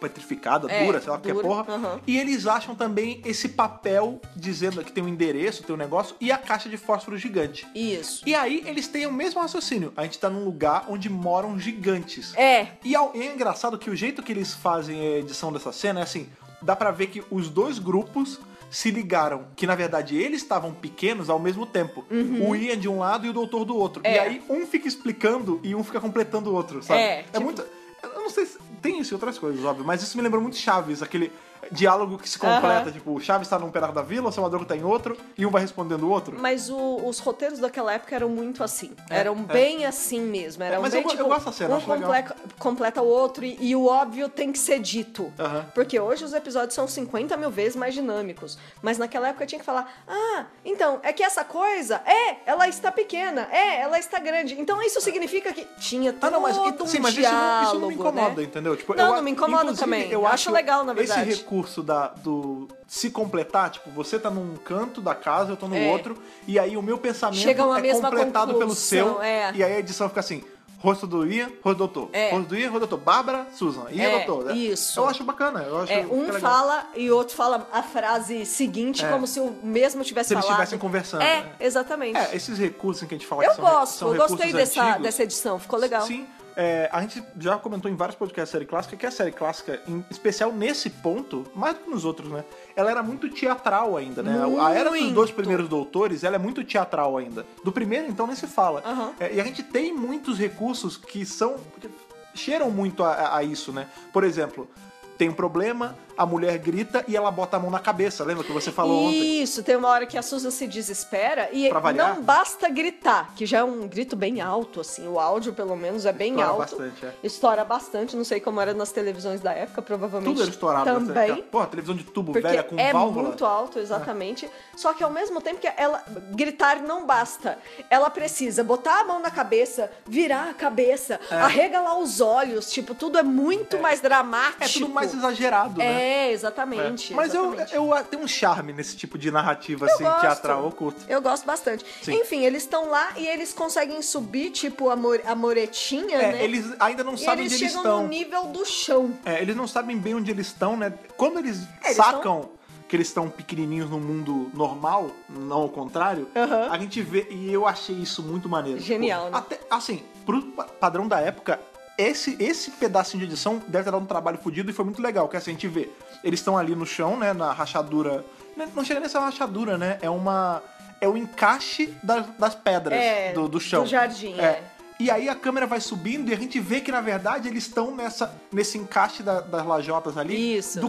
A: petrificada,
B: É,
A: dura, sei lá o que é
B: dura,
A: porra.
B: aham.
A: E eles acham também esse papel dizendo que tem um endereço, tem um negócio, e a caixa de fósforo gigante.
B: Isso.
A: E aí eles têm o mesmo raciocínio. A gente tá num lugar onde moram gigantes.
B: É.
A: E ao- é engraçado que o jeito que eles fazem a edição dessa cena é assim: dá pra ver que os dois grupos se ligaram, que na verdade eles estavam pequenos ao mesmo tempo. O Ian de um lado e o doutor do outro.
B: Uhum. É.
A: E aí um fica explicando e um fica completando o outro, sabe?
B: É, tipo-
A: muito. Eu não sei se tem isso e outras coisas, óbvio, mas isso me lembrou muito Chaves, aquele. diálogo que se completa. Tipo, o Chaves tá num pedaço da vila, o seu Madruga tá em outro, e um vai respondendo o outro.
B: Mas o- os roteiros daquela época eram muito assim. eram bem assim mesmo. Eram
A: É, mas
B: bem,
A: eu go- eu
B: tipo,
A: gosto da cena,
B: um
A: acho legal.
B: comple- completa o outro e, e o óbvio tem que ser dito.
A: Aham.
B: Porque hoje os episódios são 50 mil vezes mais dinâmicos. Mas naquela época tinha que falar: ah, então, é que essa coisa, é, ela está pequena, é, ela está grande. Então isso significa que tinha todo
A: Ah, não, mas,
B: um
A: sim, mas isso não-
B: diálogo,
A: isso, não me incomoda,
B: né?
A: entendeu? Tipo,
B: Não,
A: eu a-
B: não me incomoda
A: inclusive,
B: também.
A: Eu
B: Eu
A: acho
B: acho legal, na verdade.
A: Esse recurso da, do se completar, tipo, você tá num canto da casa, eu tô no
B: É.
A: outro, e aí o meu pensamento
B: Chega a uma
A: é
B: mesma
A: completado pelo
B: conclusão,
A: seu,
B: é.
A: e aí a edição fica assim. Rosto do Ian, rosto do doutor.
B: É.
A: Rosto do Ian, rosto do doutor. Bárbara, Susan. Ian,
B: É,
A: doutor. né?
B: isso.
A: Eu acho bacana. Eu acho
B: É,
A: fica
B: um
A: legal.
B: fala e o outro fala a frase seguinte,
A: É.
B: como se o mesmo tivesse
A: Se eles
B: falando.
A: estivessem conversando,
B: É,
A: né?
B: exatamente.
A: É, esses recursos em que a gente fala
B: eu
A: que são, um re-
B: gosto,
A: são
B: eu gostei
A: recursos
B: dessa,
A: antigos.
B: dessa edição, ficou legal.
A: Sim. é, a gente já comentou em vários podcasts da série clássica que a série clássica, em especial nesse ponto, mais do que nos outros, né? Ela era muito teatral ainda, né? A era dos dois
B: Muito.
A: primeiros doutores, ela é muito teatral ainda. Do primeiro, então, nem se fala.
B: Aham.
A: É, e a gente tem muitos recursos que são. que cheiram muito a- a, a isso, né? Por exemplo, tem um problema, a mulher grita e ela bota a mão na cabeça. Lembra que você falou ontem?
B: Isso, tem uma hora que a Susan se desespera e
A: Pra variar.
B: não basta gritar, que já é um grito bem alto, assim. O áudio, pelo menos, é bem
A: Estoura
B: alto.
A: bastante, é.
B: Estoura bastante, não sei como era nas televisões da época, provavelmente.
A: Tudo era estourado. né?
B: Também.
A: Porra, televisão de tubo
B: Porque
A: velha com
B: é
A: válvula. Ah.
B: muito alto, exatamente. Só que ao mesmo tempo que ela gritar não basta. Ela precisa botar a mão na cabeça, virar a cabeça, arregalar os olhos, tipo, tudo é muito mais dramático.
A: É. É tudo mais exagerado, né?
B: É,
A: É.
B: exatamente.
A: Mas eu,
B: exatamente.
A: eu, eu tenho um charme nesse tipo de narrativa, assim,
B: gosto.
A: teatral, eu curto.
B: Eu gosto bastante.
A: Sim.
B: Enfim, eles estão lá e eles conseguem subir, tipo, a, more, a moretinha,
A: É,
B: né?
A: eles ainda não
B: e
A: sabem
B: eles
A: onde eles
B: chegam
A: estão.
B: no nível do chão.
A: É, eles não sabem bem onde eles estão, né? Quando eles,
B: É, eles
A: sacam que eles estão pequenininhos no mundo normal, não ao contrário,
B: Aham.
A: a gente vê. E eu achei isso muito maneiro.
B: Genial, né?
A: até- assim, pro pa- padrão da época. Esse, esse pedacinho de edição deve ter dado um trabalho fodido e foi muito legal, que assim, a gente vê. Eles estão ali no chão, né? Na rachadura. né, Não chega nem a ser uma rachadura, né? É uma. É o encaixe das, das pedras
B: É,
A: do, do chão.
B: do jardim, é.
A: E aí a câmera vai subindo e a gente vê que, na verdade, eles estão nessa, nesse encaixe da- das lajotas ali.
B: Isso.
A: Do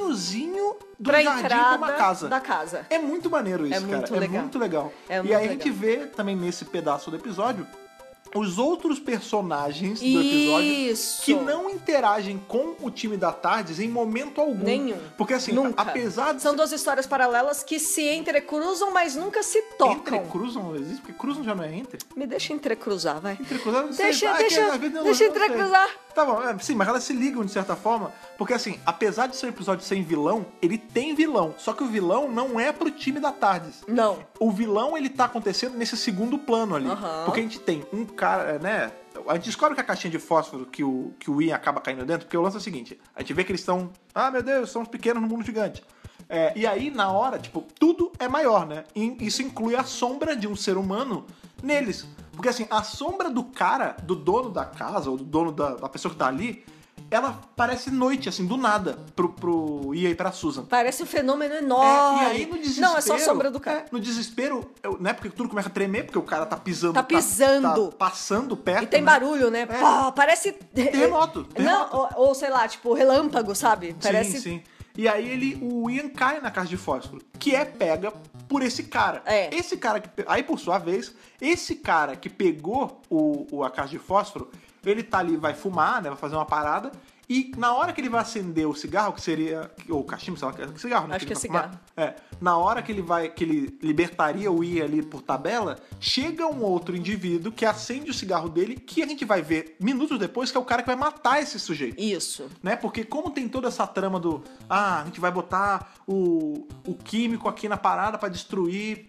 A: caminhozinho do
B: pra
A: jardim
B: entrada
A: pra uma casa.
B: da casa.
A: É muito maneiro isso,
B: É
A: cara.
B: muito
A: é
B: legal.
A: muito legal.
B: É
A: e
B: muito
A: aí a gente vê também nesse pedaço do episódio os outros personagens do episódio
B: Isso.
A: que não é interagem com o time da Tardes em momento algum.
B: Nenhum.
A: Porque assim,
B: Nunca.
A: apesar de
B: São duas histórias paralelas que se entrecruzam, mas nunca se tocam.
A: Entrecruzam não existe, porque cruzam já não é entre.
B: Me deixa entrecruzar, vai.
A: Entrecruzar, não sei.
B: Deixa,
A: Ah, que
B: deixa,
A: às vezes eu-
B: deixa
A: eu não sei.
B: entrecruzar.
A: Tá bom, é, sim, mas elas se ligam de certa forma, porque assim, apesar de ser um episódio sem vilão, ele tem vilão, só que o vilão não é pro time da Tardes.
B: Não.
A: O vilão, ele tá acontecendo nesse segundo plano ali,
B: Aham.
A: porque a gente tem um cara, né, a gente descobre que a caixinha de fósforo que o, que o Ian acaba caindo dentro, porque o lance é o seguinte, a gente vê que eles estão, ah, meu Deus, são os pequenos no mundo gigante. É, e aí, na hora, tipo, tudo é maior, né? E isso inclui a sombra de um ser humano neles. Porque assim, a sombra do cara, do dono da casa, ou do dono da, da pessoa que tá ali, ela parece noite, assim, do nada, pro, pro Ian e pra Susan.
B: Parece um fenômeno
A: É,
B: enorme.
A: e aí no desespero.
B: Não, é só a sombra do
A: é,
B: cara.
A: no desespero, eu, né? Porque tudo começa a tremer, porque o cara tá pisando.
B: Tá pisando.
A: tá passando perto.
B: E tem
A: né?
B: barulho, né? Pá, parece.
A: Terremoto, terremoto.
B: Não, ou, ou sei lá, tipo, relâmpago, sabe?
A: Sim,
B: Parece.
A: sim. E aí ele, o Ian cai na caixa de fósforo, que é pega por esse cara.
B: É.
A: Esse cara que. pe- Aí, por sua vez, esse cara que pegou o, o- a caixa de fósforo, ele tá ali, vai fumar, né? Vai fazer uma parada. E na hora que ele vai acender o cigarro, que seria. Ou o cachimbo, sei lá, que é cigarro, né?
B: Acho que
A: ele
B: é
A: vai
B: cigarro.
A: É. Na hora que ele vai. que ele libertaria o Ian ali por tabela, chega um outro indivíduo que acende o cigarro dele, que a gente vai ver minutos depois, que é o cara que vai matar esse sujeito
B: Isso.
A: né? Porque como tem toda essa trama do ah, a gente vai botar o, o químico aqui na parada pra destruir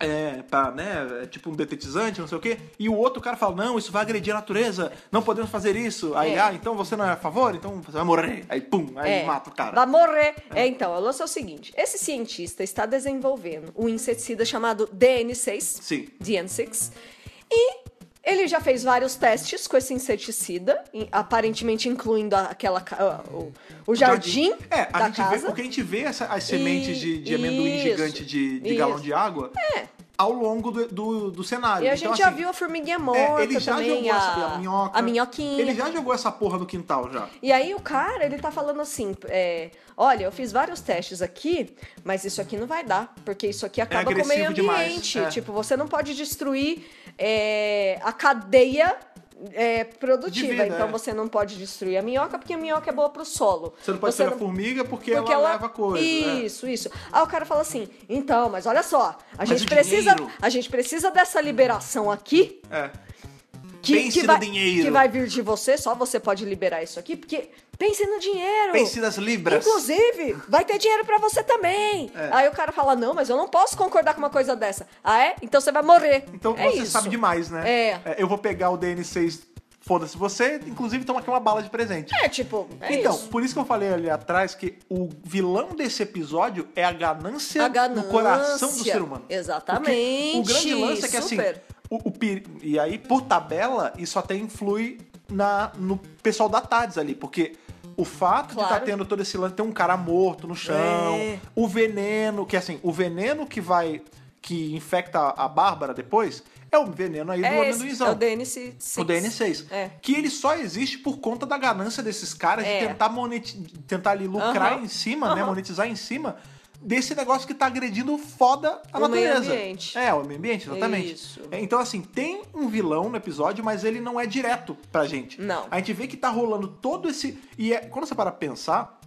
A: é, pra, né, é tipo um detetizante, não sei o quê. E o outro cara fala: "Não, isso vai agredir a natureza. Não podemos fazer isso". Aí,
B: É.
A: ah, então você não é a favor, então você vai morrer. Aí pum, aí
B: É,
A: mata o cara.
B: Vai morrer. É, então, o lance é o seguinte: esse cientista está desenvolvendo um inseticida chamado DN6.
A: Sim.
B: DN6. E ele já fez vários testes com esse inseticida, em- aparentemente incluindo a- aquela, ca- o, o jardim,
A: É, a
B: da
A: gente vê,
B: casa.
A: porque a gente vê essa, as sementes de, de
B: E-
A: amendoim
B: isso,
A: gigante de, de
B: isso.
A: galão de água.
B: É.
A: ao longo do, do, do cenário.
B: E a
A: Então,
B: gente já
A: assim,
B: viu a formiguinha
A: é,
B: morta
A: ele já
B: também,
A: jogou essa,
B: a,
A: a minhoca.
B: a minhoquinha.
A: Ele já jogou essa porra no quintal já.
B: E aí o cara, ele tá falando assim, é, olha, eu fiz vários testes aqui, mas isso aqui não vai dar, porque isso aqui acaba com o meio
A: É agressivo demais,
B: ambiente.
A: é.
B: Tipo, você não pode destruir é, a cadeia é, produtiva.
A: De vida,
B: então
A: é.
B: você não pode destruir a minhoca, porque a minhoca é boa pro solo.
A: Você não pode
B: ser
A: ser a formiga porque, ela, leva coisa. é.
B: Isso, isso. Aí o cara fala assim, então, mas olha só, a
A: Mas
B: gente
A: o
B: precisa.
A: dinheiro?
B: A gente precisa dessa liberação aqui
A: É.
B: que,
A: Pense
B: que
A: no
B: vai,
A: dinheiro.
B: que vai vir de você, só você pode liberar isso aqui, porque pense no dinheiro.
A: Pense nas libras.
B: Inclusive, vai ter dinheiro pra você também.
A: É.
B: Aí o cara fala: "Não, mas eu não posso concordar com uma coisa dessa". Ah é? Então você vai morrer.
A: Então
B: é
A: você
B: isso.
A: sabe demais, né?
B: É.
A: Eu vou pegar o DN6, foda-se você, inclusive toma aqui uma bala de presente.
B: É, tipo, é
A: então,
B: isso.
A: por isso que eu falei ali atrás que o vilão desse episódio é a ganância,
B: A ganância.
A: no coração do ser humano.
B: Exatamente.
A: Porque o grande lance é que
B: Super.
A: assim, o, o peri- e aí por tabela isso até influi na no pessoal da Tades ali, porque o fato de
B: Claro.
A: estar tendo todo esse lance, tem um cara morto no chão,
B: É.
A: o veneno, que assim, o veneno que vai que infecta a Bárbara depois é o veneno aí do
B: é, esse,
A: amendoinzão.
B: é o DNC.
A: O DN6.
B: É.
A: Que ele só existe por conta da ganância desses caras
B: É.
A: de tentar, moneti- de tentar ali lucrar
B: Aham.
A: em cima, né?
B: Aham.
A: Monetizar em cima desse negócio que tá agredindo foda a
B: O meio
A: natureza.
B: ambiente.
A: É, o meio ambiente, exatamente.
B: Isso.
A: É, Então, assim, tem um vilão no episódio, mas ele não é direto pra gente.
B: Não.
A: A gente vê que tá rolando todo esse. E é- quando você para pra pensar,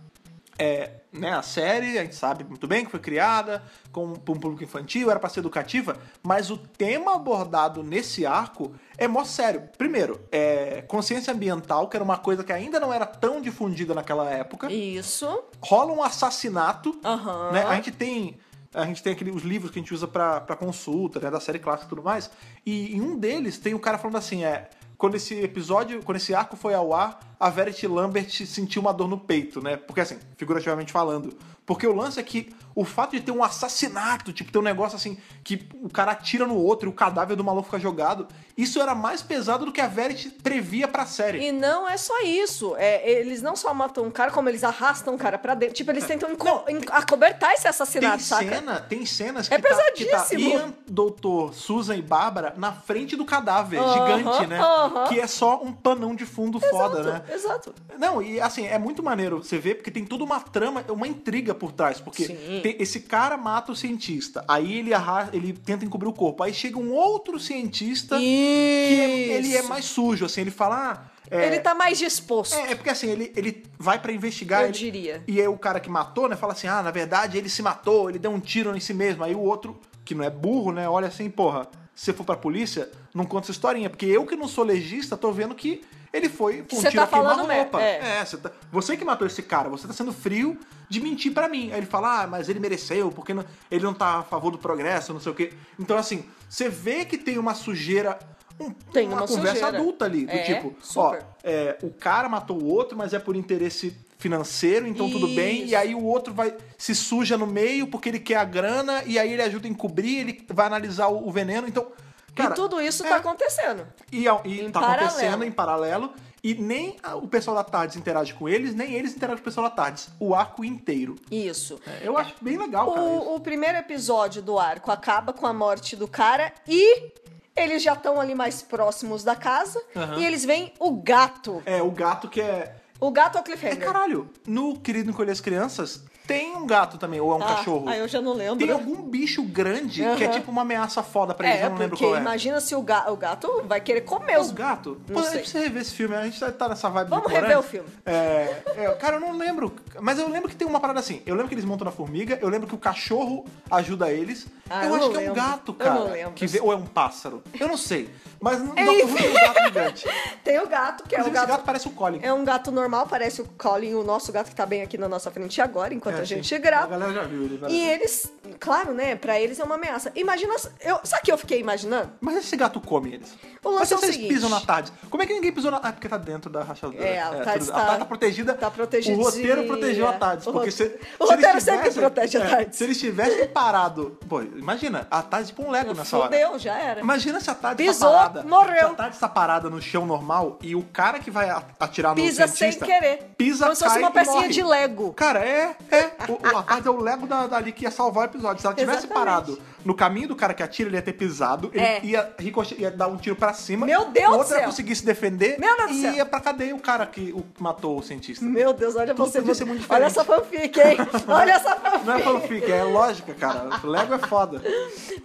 A: é, né, a série, a gente sabe muito bem que foi criada com, pra um público infantil, era pra ser educativa, mas o tema abordado nesse arco é mó sério. Primeiro, é consciência ambiental, que era uma coisa que ainda não era tão difundida naquela época.
B: Isso.
A: Rola um assassinato,
B: Aham.
A: né? A gente tem a gente tem aquele, os livros que a gente usa pra, pra consulta, né, da série clássica e tudo mais. E em um deles tem o cara falando assim, é, quando esse episódio, quando esse arco foi ao ar, a Verity Lambert sentiu uma dor no peito, né? Porque assim, figurativamente falando, porque o lance é que o fato de ter um assassinato, tipo, ter um negócio assim que o cara atira no outro e o cadáver do maluco fica jogado, isso era mais pesado do que a Verity previa pra série.
B: E não é só isso. É, eles não só matam um cara, como eles arrastam um cara pra dentro. Tipo, eles tentam enco- enco- acobertar esse assassinato,
A: tem
B: saca?
A: Cena, tem cenas que
B: É
A: tá, que tá
B: pesadíssimo.
A: Ian, doutor, Susan e Bárbara na frente do cadáver,
B: Aham,
A: gigante, né?
B: aham.
A: Que é só um panão de fundo foda, né?
B: Exato, exato.
A: Não, e assim, é muito maneiro você ver, porque tem toda uma trama, é uma intriga por trás. Porque
B: Sim.
A: tem- esse cara mata o cientista, aí ele, arra- ele tenta encobrir o corpo, aí chega um outro cientista Tá. que é- ele é
B: Isso.
A: mais sujo, assim, ele fala. Ah, é,
B: Ele tá mais disposto,
A: é, é porque assim, ele, ele vai pra investigar.
B: eu
A: ele-
B: diria.
A: e aí o cara que matou, né, fala assim: ah, na verdade ele se matou, ele deu um tiro em si mesmo. Aí o outro, que não é burro, né, olha assim: porra, se for pra polícia, não conta essa historinha. Porque eu que não sou legista, tô vendo que ele foi com um
B: Você
A: tiro
B: tá falando
A: queimar
B: merda,
A: roupa.
B: é.
A: você, tá- você que matou esse cara, você tá sendo frio de mentir pra mim. Aí ele fala: ah, mas ele mereceu, porque não- ele não tá a favor do progresso, não sei o quê. Então, assim, você vê que tem uma sujeira. um-
B: Tem uma
A: conversa
B: sujeira.
A: adulta ali, do
B: É,
A: tipo,
B: super.
A: ó, é, o cara matou o outro, mas é por interesse financeiro, então tudo bem.
B: Isso.
A: E aí o outro vai se suja no meio porque ele quer a grana, e aí ele ajuda a encobrir, ele vai analisar o, o veneno. Então, cara,
B: e tudo isso
A: é,
B: tá acontecendo.
A: e, ao- e
B: em
A: tá
B: paralelo.
A: acontecendo em paralelo. E nem a- o pessoal da Tardes interage com eles, nem eles interagem com o pessoal da Tardes. O arco inteiro.
B: Isso.
A: É, eu acho bem legal, cara. isso.
B: O, o primeiro episódio do arco acaba com a morte do cara e eles já estão ali mais próximos da casa
A: Aham.
B: e eles veem o gato.
A: É, o gato que é.
B: O gato é o
A: É
B: cliffhanger.
A: caralho. No Querido Encolher as Crianças, tem um gato também, ou é um
B: Ah,
A: cachorro.
B: Ah, eu já não lembro.
A: Tem algum bicho grande que é
B: Aham.
A: tipo uma ameaça foda pra eles,
B: é,
A: eu não lembro
B: porque
A: qual é.
B: imagina se o, ga- o gato vai querer comer
A: É
B: os
A: o gato?
B: Não
A: Pô, a gente
B: sei.
A: precisa rever esse filme, a gente tá- tá nessa vibe
B: Vamos
A: de
B: rever o filme.
A: É, é, cara, eu não lembro. Mas eu lembro que tem uma parada assim. Eu lembro que eles montam na formiga, eu lembro que o cachorro ajuda eles.
B: Ah,
A: eu,
B: eu
A: acho
B: não
A: que é um
B: lembro.
A: gato,
B: Eu
A: cara.
B: não lembro. É
A: que vê- ou é um pássaro. Eu não sei. Mas não dá
B: Enfim.
A: pra ver um gato gigante.
B: Tem o gato, que é
A: Inclusive,
B: o
A: esse
B: gato.
A: gato parece o Colin.
B: É um gato normal, parece o Colin, o nosso gato que tá bem aqui na nossa frente agora, enquanto
A: É,
B: a
A: sim.
B: gente
A: A
B: grava.
A: galera já viu ele.
B: E
A: parece.
B: eles, claro, né? Pra eles é uma ameaça. Imagina. Eu, sabe o que eu fiquei imaginando?
A: Mas esse gato come eles.
B: O
A: Mas
B: lance
A: se
B: é o
A: vocês
B: seguinte.
A: pisam na tarde. Como é que ninguém pisou na. Ah, porque tá dentro da rachadura.
B: É, a Tardes
A: tudo-
B: tá-
A: Tardes tá protegida.
B: tá protegidinha.
A: O roteiro protegeu a tarde.
B: O
A: Porque
B: rote-
A: se,
B: o
A: se
B: roteiro
A: eles
B: sempre
A: tivessem-
B: protege a
A: é,
B: Tardes.
A: se eles tivessem parado. Pô, imagina, a tarde tipo um lego nessa hora.
B: Fudeu, já era.
A: Imagina se a tarde
B: Pisou,
A: tá parada.
B: morreu.
A: Se a tarde tá parada no chão normal e o cara que vai a- atirar no
B: Pisa sem
A: cientista...
B: querer.
A: Pisa,
B: Como se fosse
A: cai
B: uma
A: e
B: pecinha
A: morre.
B: de Lego.
A: Cara, é, é. O, o- a tarde é o lego da, dali que ia salvar o episódio. Se ela tivesse
B: Exatamente.
A: parado no caminho do cara que atira, ele ia ter pisado, ele
B: É.
A: ia, ricoche- ia dar um tiro pra cima.
B: Meu Deus
A: o
B: do
A: outro ia
B: céu!
A: conseguir se defender
B: Meu Deus do
A: e
B: céu!
A: ia pra cadeia o cara que o- matou o cientista.
B: Meu Deus, olha
A: Tudo
B: você.
A: podia ser muito
B: olha
A: diferente.
B: essa fanfic, hein? Olha essa fanfic.
A: Não é fanfic, é lógica, cara. Lego é foda.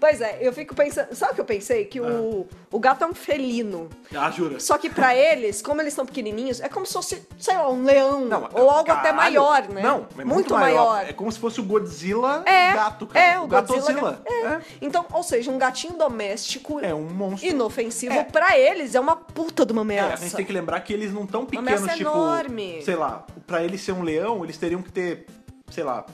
B: Pois é, eu fico pensando. Sabe o que eu pensei? Que o, o gato é um felino.
A: Ah, jura?
B: Só que pra eles, como eles são pequenininhos, é como se fosse, sei lá, um leão.
A: Não, é
B: ou algo
A: caralho.
B: até maior, né?
A: Não, é muito, maior. É como se fosse o Godzilla
B: É,
A: gato, cara.
B: é, o
A: Gatozilla.
B: Godzilla- Então, ou seja, um gatinho doméstico
A: É. É um monstro.
B: inofensivo
A: É.
B: pra eles é uma puta de uma
A: É,
B: ameaça.
A: a gente tem que lembrar que eles não tão pequenos,
B: ameaça
A: tipo.
B: é enorme.
A: Sei lá, pra ele ser um leão, eles teriam que ter, sei lá,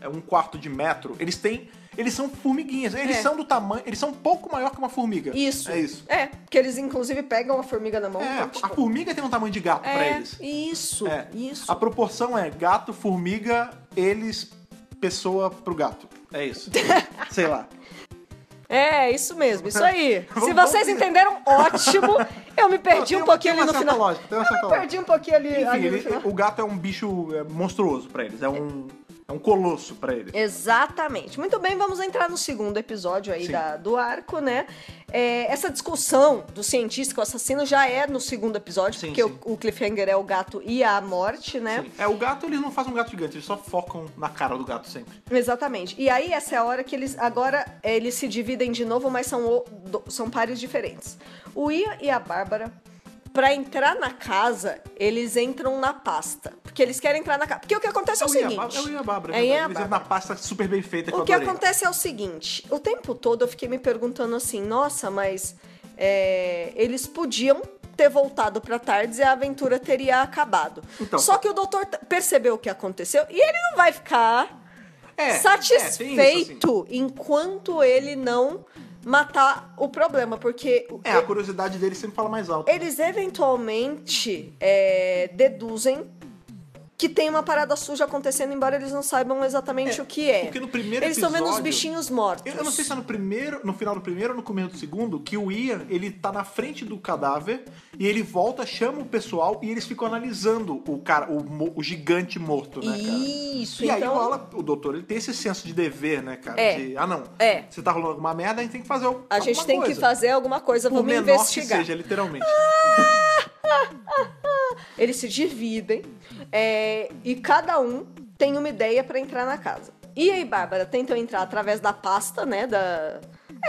A: é um quarto de metro. Eles têm. Eles são formiguinhas. Eles
B: É.
A: são do tamanho. Eles são um pouco maior que uma formiga.
B: Isso.
A: É isso.
B: É, que eles inclusive pegam a formiga na mão.
A: É,
B: então, tipo,
A: a formiga tem um tamanho de gato pra
B: é,
A: eles.
B: Isso,
A: É.
B: isso.
A: A proporção é gato, formiga, eles, pessoa pro gato. É isso. Sei lá.
B: É, isso mesmo, isso aí.
A: Vamos-
B: Se vocês
A: vamos-
B: entenderam, ótimo. Eu me perdi
A: Tem
B: um
A: uma-
B: pouquinho
A: tem
B: ali
A: uma
B: no
A: certa
B: final.
A: lógica, tem uma certa
B: Eu
A: lógica.
B: perdi um pouquinho ali,
A: Enfim,
B: ali no
A: ele-
B: final.
A: o gato é um bicho é, monstruoso pra eles. É um, é um colosso pra eles.
B: Exatamente. Muito bem, vamos entrar no segundo episódio aí
A: Sim.
B: da- do arco, né? É, essa discussão do cientista com o assassino já é no segundo episódio,
A: Sim,
B: porque
A: sim.
B: O, o cliffhanger é o gato e a morte, né?
A: Sim. É, o gato eles não fazem um gato gigante, eles só focam na cara do gato sempre.
B: Exatamente. E aí, essa é a hora que eles. Agora eh, eles se dividem de novo, mas são, o- do- são pares diferentes. O Ian e a Bárbara, pra entrar na casa, eles entram na pasta. Porque eles querem entrar na casa. Porque o que acontece é o,
A: o Ian,
B: seguinte.
A: Bá- é o Ian Bárbara.
B: É
A: verdade.
B: Ian
A: eles
B: Bárbara.
A: na pasta super bem feita que
B: O
A: eu
B: que
A: adorei.
B: acontece é o seguinte: o tempo todo eu fiquei me perguntando assim, nossa, mas é, eles podiam ter voltado pra tardes e a aventura teria acabado.
A: Então.
B: Só que o doutor t- percebeu o que aconteceu e ele não vai ficar
A: É, É, tem isso, assim.
B: satisfeito enquanto ele não matar o problema, porque
A: É, a curiosidade dele sempre fala mais alto.
B: eles eventualmente é, deduzem que tem uma parada suja acontecendo, embora eles não saibam exatamente
A: É,
B: o que é.
A: porque no primeiro
B: eles estão vendo os
A: episódio-
B: bichinhos mortos.
A: Eu, eu não sei se é no primeiro, no final do primeiro ou no começo do segundo, que o Ian, ele tá na frente do cadáver e ele volta, chama o pessoal e eles ficam analisando o cara, o, mo- o gigante morto, né, cara?
B: Isso,
A: e aí
B: então.
A: rola, o doutor, ele tem esse senso de dever, né, cara?
B: É.
A: De, ah, não.
B: É.
A: Você tá rolando alguma merda, a gente tem que fazer alguma
B: A gente tem que
A: coisa.
B: fazer alguma coisa,
A: Por
B: vamos
A: menor
B: investigar. Ah,
A: que seja, literalmente.
B: Eles se dividem é, e cada um tem uma ideia pra entrar na casa. E aí, Bárbara, tentam entrar através da pasta, né? Da.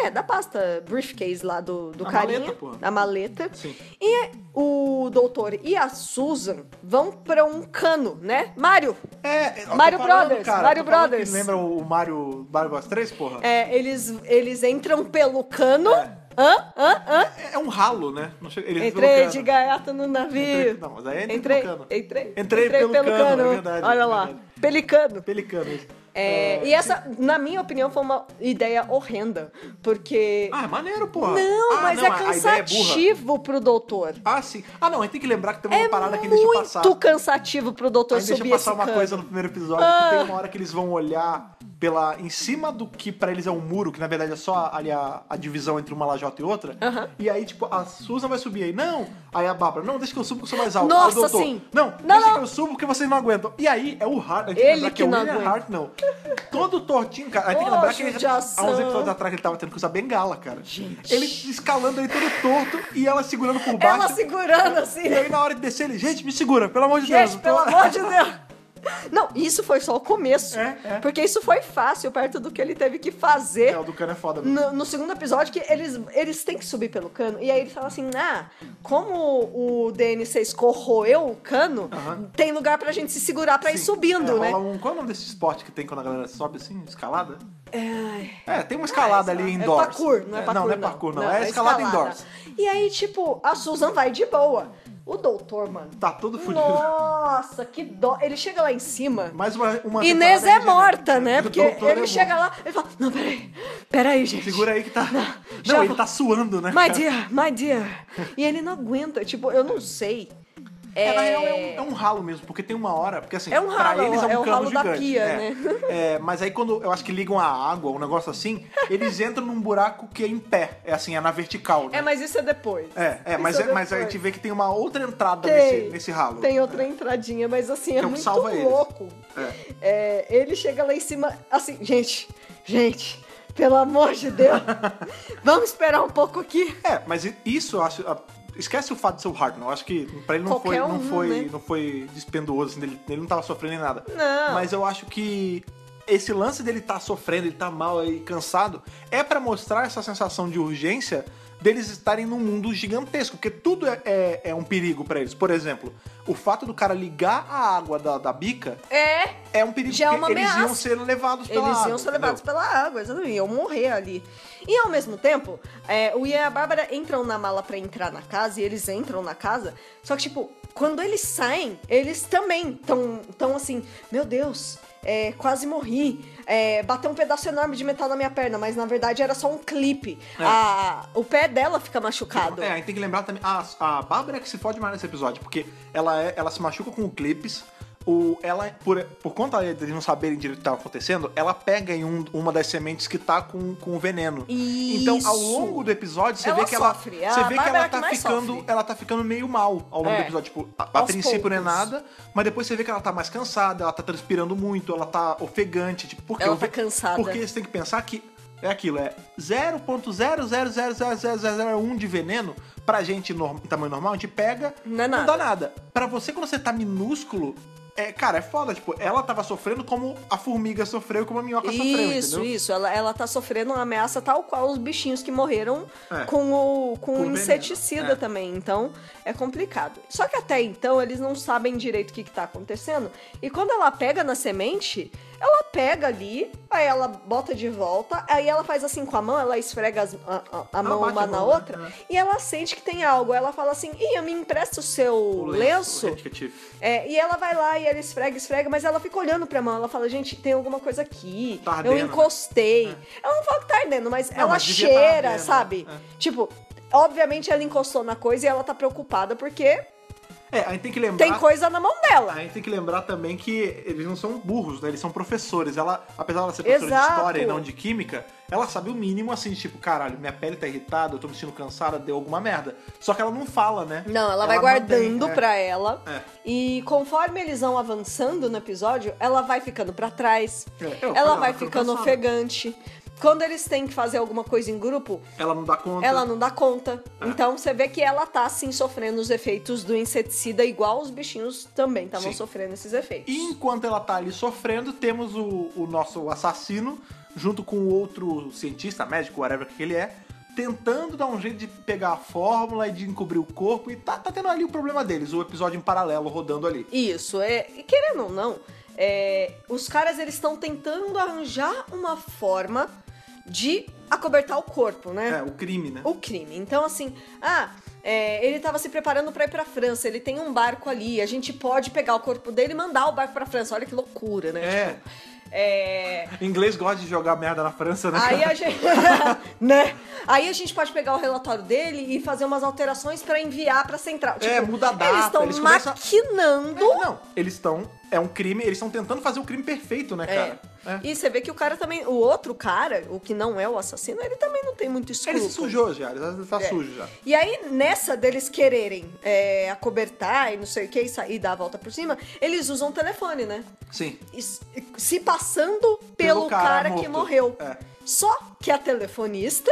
B: É, da pasta briefcase lá do, do
A: A
B: carinha.
A: maleta, pô.
B: da maleta.
A: Sim.
B: E o doutor e a Susan vão pra um cano, né? Mário!
A: É, eu tô
B: Mario
A: falando,
B: Brothers,
A: cara,
B: Mario
A: tô falando
B: Brothers.
A: Que lembra o Mario, Mario Bros 3, porra?
B: É, eles, eles entram pelo cano.
A: É.
B: Hã? Hã? Hã?
A: É, um ralo, né? Não chega- ele entra no
B: Entrei
A: cano.
B: de gaiato no navio.
A: Entrei- não, mas aí entra
B: entrei,
A: pelo cano.
B: Entrei,
A: Entrei pelo cano, é verdade,
B: Olha
A: é
B: lá,
A: verdade.
B: pelicano.
A: Pelicano. isso. Ah,
B: É, e essa, na minha opinião, foi uma ideia horrenda. Porque.
A: Ah, é maneiro, porra.
B: não,
A: Ah,
B: mas
A: não,
B: é
A: a- a ideia é burra.
B: cansativo pro doutor.
A: Ah, sim. Ah, não, a gente tem que lembrar que tem uma
B: É
A: parada que deixa
B: muito
A: passar.
B: cansativo pro doutor
A: Aí deixa
B: subir
A: eu passar
B: esse
A: uma
B: cano.
A: coisa no primeiro episódio,
B: Ah.
A: que tem uma hora que eles vão olhar pela em cima do que pra eles é um muro, que na verdade é só ali a, a divisão entre uma lajota e outra.
B: Aham.
A: E aí, tipo, a Susan vai subir aí. Não! Aí a Bárbara, não, deixa que eu subo que eu sou mais alto.
B: Nossa,
A: Aí o doutor,
B: sim.
A: Não,
B: Não,
A: deixa
B: não.
A: que eu subo porque vocês não aguentam. E aí é o Hart, a gente tem
B: Ele
A: lembrar
B: que
A: é o
B: não
A: William
B: aguenta.
A: Hart, não. Todo tortinho, cara. Aí tem que
B: Ô,
A: lembrar que ele, há uns
B: judiação.
A: episódios atrás ele tava tendo que usar bengala, cara.
B: Gente.
A: Ele escalando ele todo torto e ela segurando por baixo.
B: Ela segurando assim.
A: E aí na hora de descer ele, gente, me segura, pelo amor de Deus.
B: Gente, pelo amor de Deus. Não, isso foi só o começo.
A: É, é.
B: Porque isso foi fácil, perto do que ele teve que fazer.
A: É, o do cano é foda mesmo.
B: No, no segundo episódio, que eles, eles têm que subir pelo cano. E aí ele fala assim: Ah, como o DN6 corroeu o cano,
A: Aham.
B: tem lugar pra gente se segurar pra ir
A: Sim.
B: subindo,
A: É,
B: né?
A: rola um- qual é o nome desse esporte que tem quando a galera sobe assim, escalada?
B: É,
A: É, tem uma escalada ali
B: é
A: indoors.
B: parkour, não é parkour.
A: Não, não é parkour, não. é, escalada, indoors.
B: E aí, tipo, a Susan vai de boa. O doutor, mano.
A: Tá todo fudido.
B: Nossa, que dó. Ele chega lá em cima.
A: Mais uma, uma
B: Inês
A: temporada
B: é
A: aí,
B: morta, né?
A: O
B: Porque
A: doutor é
B: ele
A: morto.
B: chega lá e fala: Não, peraí, peraí, gente.
A: Segura aí que tá. Não,
B: já
A: ele
B: vou.
A: tá suando, né?
B: My
A: cara?
B: dear, my dear. E ele não aguenta, tipo, eu não sei. É,
A: É, na real, é um, é um ralo mesmo, porque tem uma hora. Porque assim,
B: É um ralo,
A: pra eles é um
B: é o
A: cano
B: ralo da
A: gigante.
B: pia,
A: é.
B: né?
A: É, mas aí quando eu acho que ligam a água, um negócio assim, eles entram num buraco que é em pé. É assim, é na vertical, né?
B: É, mas isso é depois.
A: É, é,
B: Isso
A: mas, é- mas a
B: depois.
A: gente vê que tem uma outra entrada
B: Tem.
A: nesse, nesse ralo.
B: Tem outra entradinha, mas assim, é
A: é o que
B: muito É,
A: salva eles.
B: louco. É, ele chega lá em cima, assim, gente, gente, Pelo amor de Deus. Vamos esperar um pouco aqui.
A: É, mas i- isso eu acho. a- Esquece o fato de ser o Hartnell. Eu acho que pra ele não foi,
B: Qualquer
A: não,
B: um,
A: foi,
B: né?
A: não foi dispendioso, assim, ele, ele não tava sofrendo em nada.
B: Não.
A: Mas eu acho que esse lance dele tá sofrendo, ele tá mal e cansado, é pra mostrar essa sensação de urgência deles estarem num mundo gigantesco, porque tudo é, é- é um perigo pra eles. Por exemplo, o fato do cara ligar a água da, da bica
B: É,
A: é um perigo,
B: Já é
A: porque
B: uma
A: eles iam
B: ameaça.
A: ser levados pela
B: eles
A: água,
B: iam ser levados
A: entendeu?
B: pela água, exatamente. Iam morrer ali. E ao mesmo tempo, é, o Ian e a Bárbara entram na mala pra entrar na casa e eles entram na casa. Só que, tipo, quando eles saem, eles também estão tão assim, meu Deus. é, quase morri. É, bateu um pedaço enorme de metal na minha perna, mas na verdade era só um clipe.
A: É.
B: A- o pé dela fica machucado.
A: É, aí tem que lembrar também. A, a Bárbara é que se fode mais nesse episódio, porque ela, é- ela se machuca com o clipes. O, ela, por, por conta de eles não saberem direito o que tá acontecendo, ela pega em um- uma das sementes que tá com, com o veneno. Então, ao
B: Isso.
A: longo do episódio, você
B: Ela
A: vê que ela.
B: sofre. A
A: Você vê que
B: Bárbara é
A: ela
B: a que
A: tá
B: mais
A: ficando.
B: sofre.
A: Ela tá ficando meio mal ao longo
B: É.
A: do epritódio. Tipo, a, a
B: Aos
A: princípio não é
B: poucos.
A: nada, mas depois você vê que ela tá mais cansada, ela tá transpirando muito, ela tá ofegante. Tipo, porque
B: Ela tá cansada.
A: Porque você tem que pensar que é aquilo, é 0.0000001 de veneno pra gente norm- em tamanho normal, a gente pega,
B: Não é
A: não
B: nada.
A: dá nada. Pra você quando você tá minúsculo, é, cara, é foda, tipo, ela tava sofrendo como a formiga sofreu, como a minhoca sofreu,
B: Isso,
A: entendeu?
B: isso. Ela, ela tá sofrendo uma ameaça tal qual os bichinhos que morreram
A: É.
B: com o
A: Com
B: com o
A: veneno,
B: inseticida
A: é.
B: também. Então, é complicado. Só que até então, eles não sabem direito o que, que tá acontecendo. E quando ela pega na semente, ela pega ali, aí ela bota de volta, aí ela faz assim com a mão, ela esfrega as- a, a- a mão
A: bate
B: uma
A: a
B: na
A: mão, né?
B: outra, e ela sente que tem algo. Ela fala assim, Ia, me empresta o seu
A: O
B: lenço.
A: o handkerchief.
B: É, e ela vai lá e ela esfrega, esfrega, mas ela fica olhando pra mão. Ela fala, gente, tem alguma coisa aqui.
A: Tá
B: eu
A: ardendo, É.
B: encostei. Ela não fala que tá ardendo, mas ela
A: mas devia tá
B: cheira,
A: ardendo,
B: sabe?
A: né?
B: Tipo, obviamente ela encostou na coisa e ela tá preocupada porque
A: É, a gente tem que lembrar...
B: tem coisa na mão dela.
A: A gente tem que lembrar também que eles não são burros, né? Eles são professores. Ela, apesar dela ser professora de
B: Exato.
A: história e não de química, ela sabe o mínimo assim, tipo, caralho, minha pele tá irritada, eu tô me sentindo cansada, deu alguma merda. Só que ela não fala, né?
B: Não, ela, vai
A: mantém,
B: guardando
A: é.
B: pra ela.
A: É.
B: E conforme eles vão avançando no episódio, ela vai ficando pra trás.
A: É, eu falei,
B: ela
A: ela
B: vai
A: fica
B: ficando
A: cansada.
B: ofegante. Quando eles têm que fazer alguma coisa em grupo,
A: é, Ela não dá conta. Ah.
B: Ela não dá conta. Então você vê que ela tá assim sofrendo os efeitos do inseticida, igual os bichinhos também estavam
A: Sim.
B: sofrendo esses efeitos.
A: E enquanto ela tá ali sofrendo, temos o, o nosso assassino, junto com o outro cientista, médico, whatever que ele é, tentando dar um jeito de pegar a fórmula e de encobrir o corpo. E tá, tá tendo ali o problema deles, o episódio em paralelo rodando ali.
B: Isso, é. E querendo ou não, é, os caras eles estão tentando arranjar uma forma de acobertar o corpo, né?
A: É, o crime, né?
B: o crime. Então, assim, ah, é, ele tava se preparando pra ir pra França, ele tem um barco ali, a gente pode pegar o corpo dele e mandar o barco pra França. Olha que loucura, né?
A: É.
B: Tipo, é.
A: Inglês gosta de jogar merda na França, né?
B: Aí
A: cara?
B: a gente, né? Aí a gente pode pegar o relatório dele e fazer umas alterações pra enviar pra central. Tipo,
A: É, muda a data,
B: Eles estão
A: eles começam a-
B: maquinando.
A: É, não, eles estão. É um crime, eles estão tentando fazer o crime perfeito, né,
B: É.
A: cara? É.
B: E você vê que o cara também, o outro cara, o que não é o assassino, ele também não tem
A: Ele
B: muito escrúpulo.
A: se sujou já, ele tá- tá
B: É.
A: sujo já.
B: E aí, nessa deles quererem é, acobertar e não sei o que, e sa- e dar a volta por cima, eles usam o telefone, né?
A: Sim.
B: E s- se passando
A: Pelo
B: pelo,
A: cara
B: cara, que
A: morto.
B: morreu.
A: É.
B: Só que a telefonista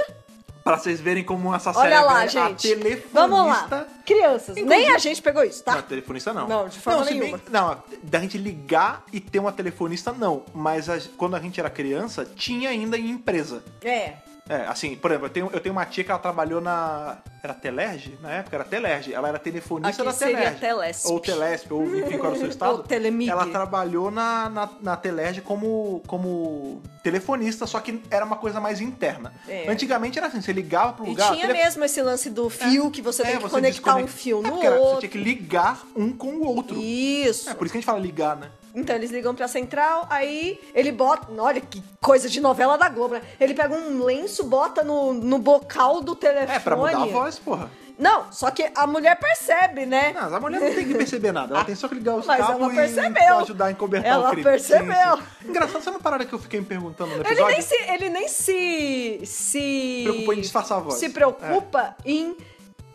A: Pra vocês verem como essa série
B: Olha
A: é
B: lá,
A: grande,
B: gente.
A: A telefonista.
B: Vamos lá. Crianças, nem a gente pegou isso,
A: Não,
B: tá?
A: é telefonista não.
B: Não, de forma
A: se bem-
B: nenhuma.
A: não, da gente ligar e ter uma telefonista, não. Mas a- quando a gente era criança, tinha ainda em empresa.
B: É.
A: É, assim, por exemplo, eu tenho, eu tenho uma tia que ela trabalhou na. Era Telerge? Na época era Telerge. Ela era telefonista
B: Aqui
A: da
B: seria
A: Telerge.
B: Telesp.
A: Ou Telesp, ou enfim, qual era o seu estado.
B: Ou Telemig.
A: Ela trabalhou na, na, na Telerge como, como telefonista, só que era uma coisa mais interna.
B: É.
A: Antigamente era assim, você ligava pro
B: E
A: lugar.
B: tinha
A: tele-
B: mesmo esse lance do fio que você
A: É,
B: tem que
A: você
B: conectar um
A: desconecta-
B: fio
A: É,
B: no
A: porque era- Você
B: outro.
A: tinha que ligar um com o outro.
B: Isso.
A: É, por isso que a gente fala ligar, né?
B: Então eles ligam pra central, aí ele bota. Olha que coisa de novela da Globo, né? Ele pega um lenço, bota no, no bocal do telefone.
A: É, pra mudar a voz, porra.
B: Não, só que a mulher percebe, né?
A: Não, a mulher não tem que perceber nada. Ela tem só que ligar os
B: Mas
A: cabos
B: ela
A: e
B: percebeu.
A: ajudar a encobertar
B: Ela
A: o crime.
B: percebeu.
A: Sim, sim. Engraçado, sabe uma parada que eu fiquei me perguntando no
B: Ele
A: episódio?
B: nem se. Ele nem se. se
A: Preocupou em disfarçar a voz.
B: Se preocupa em.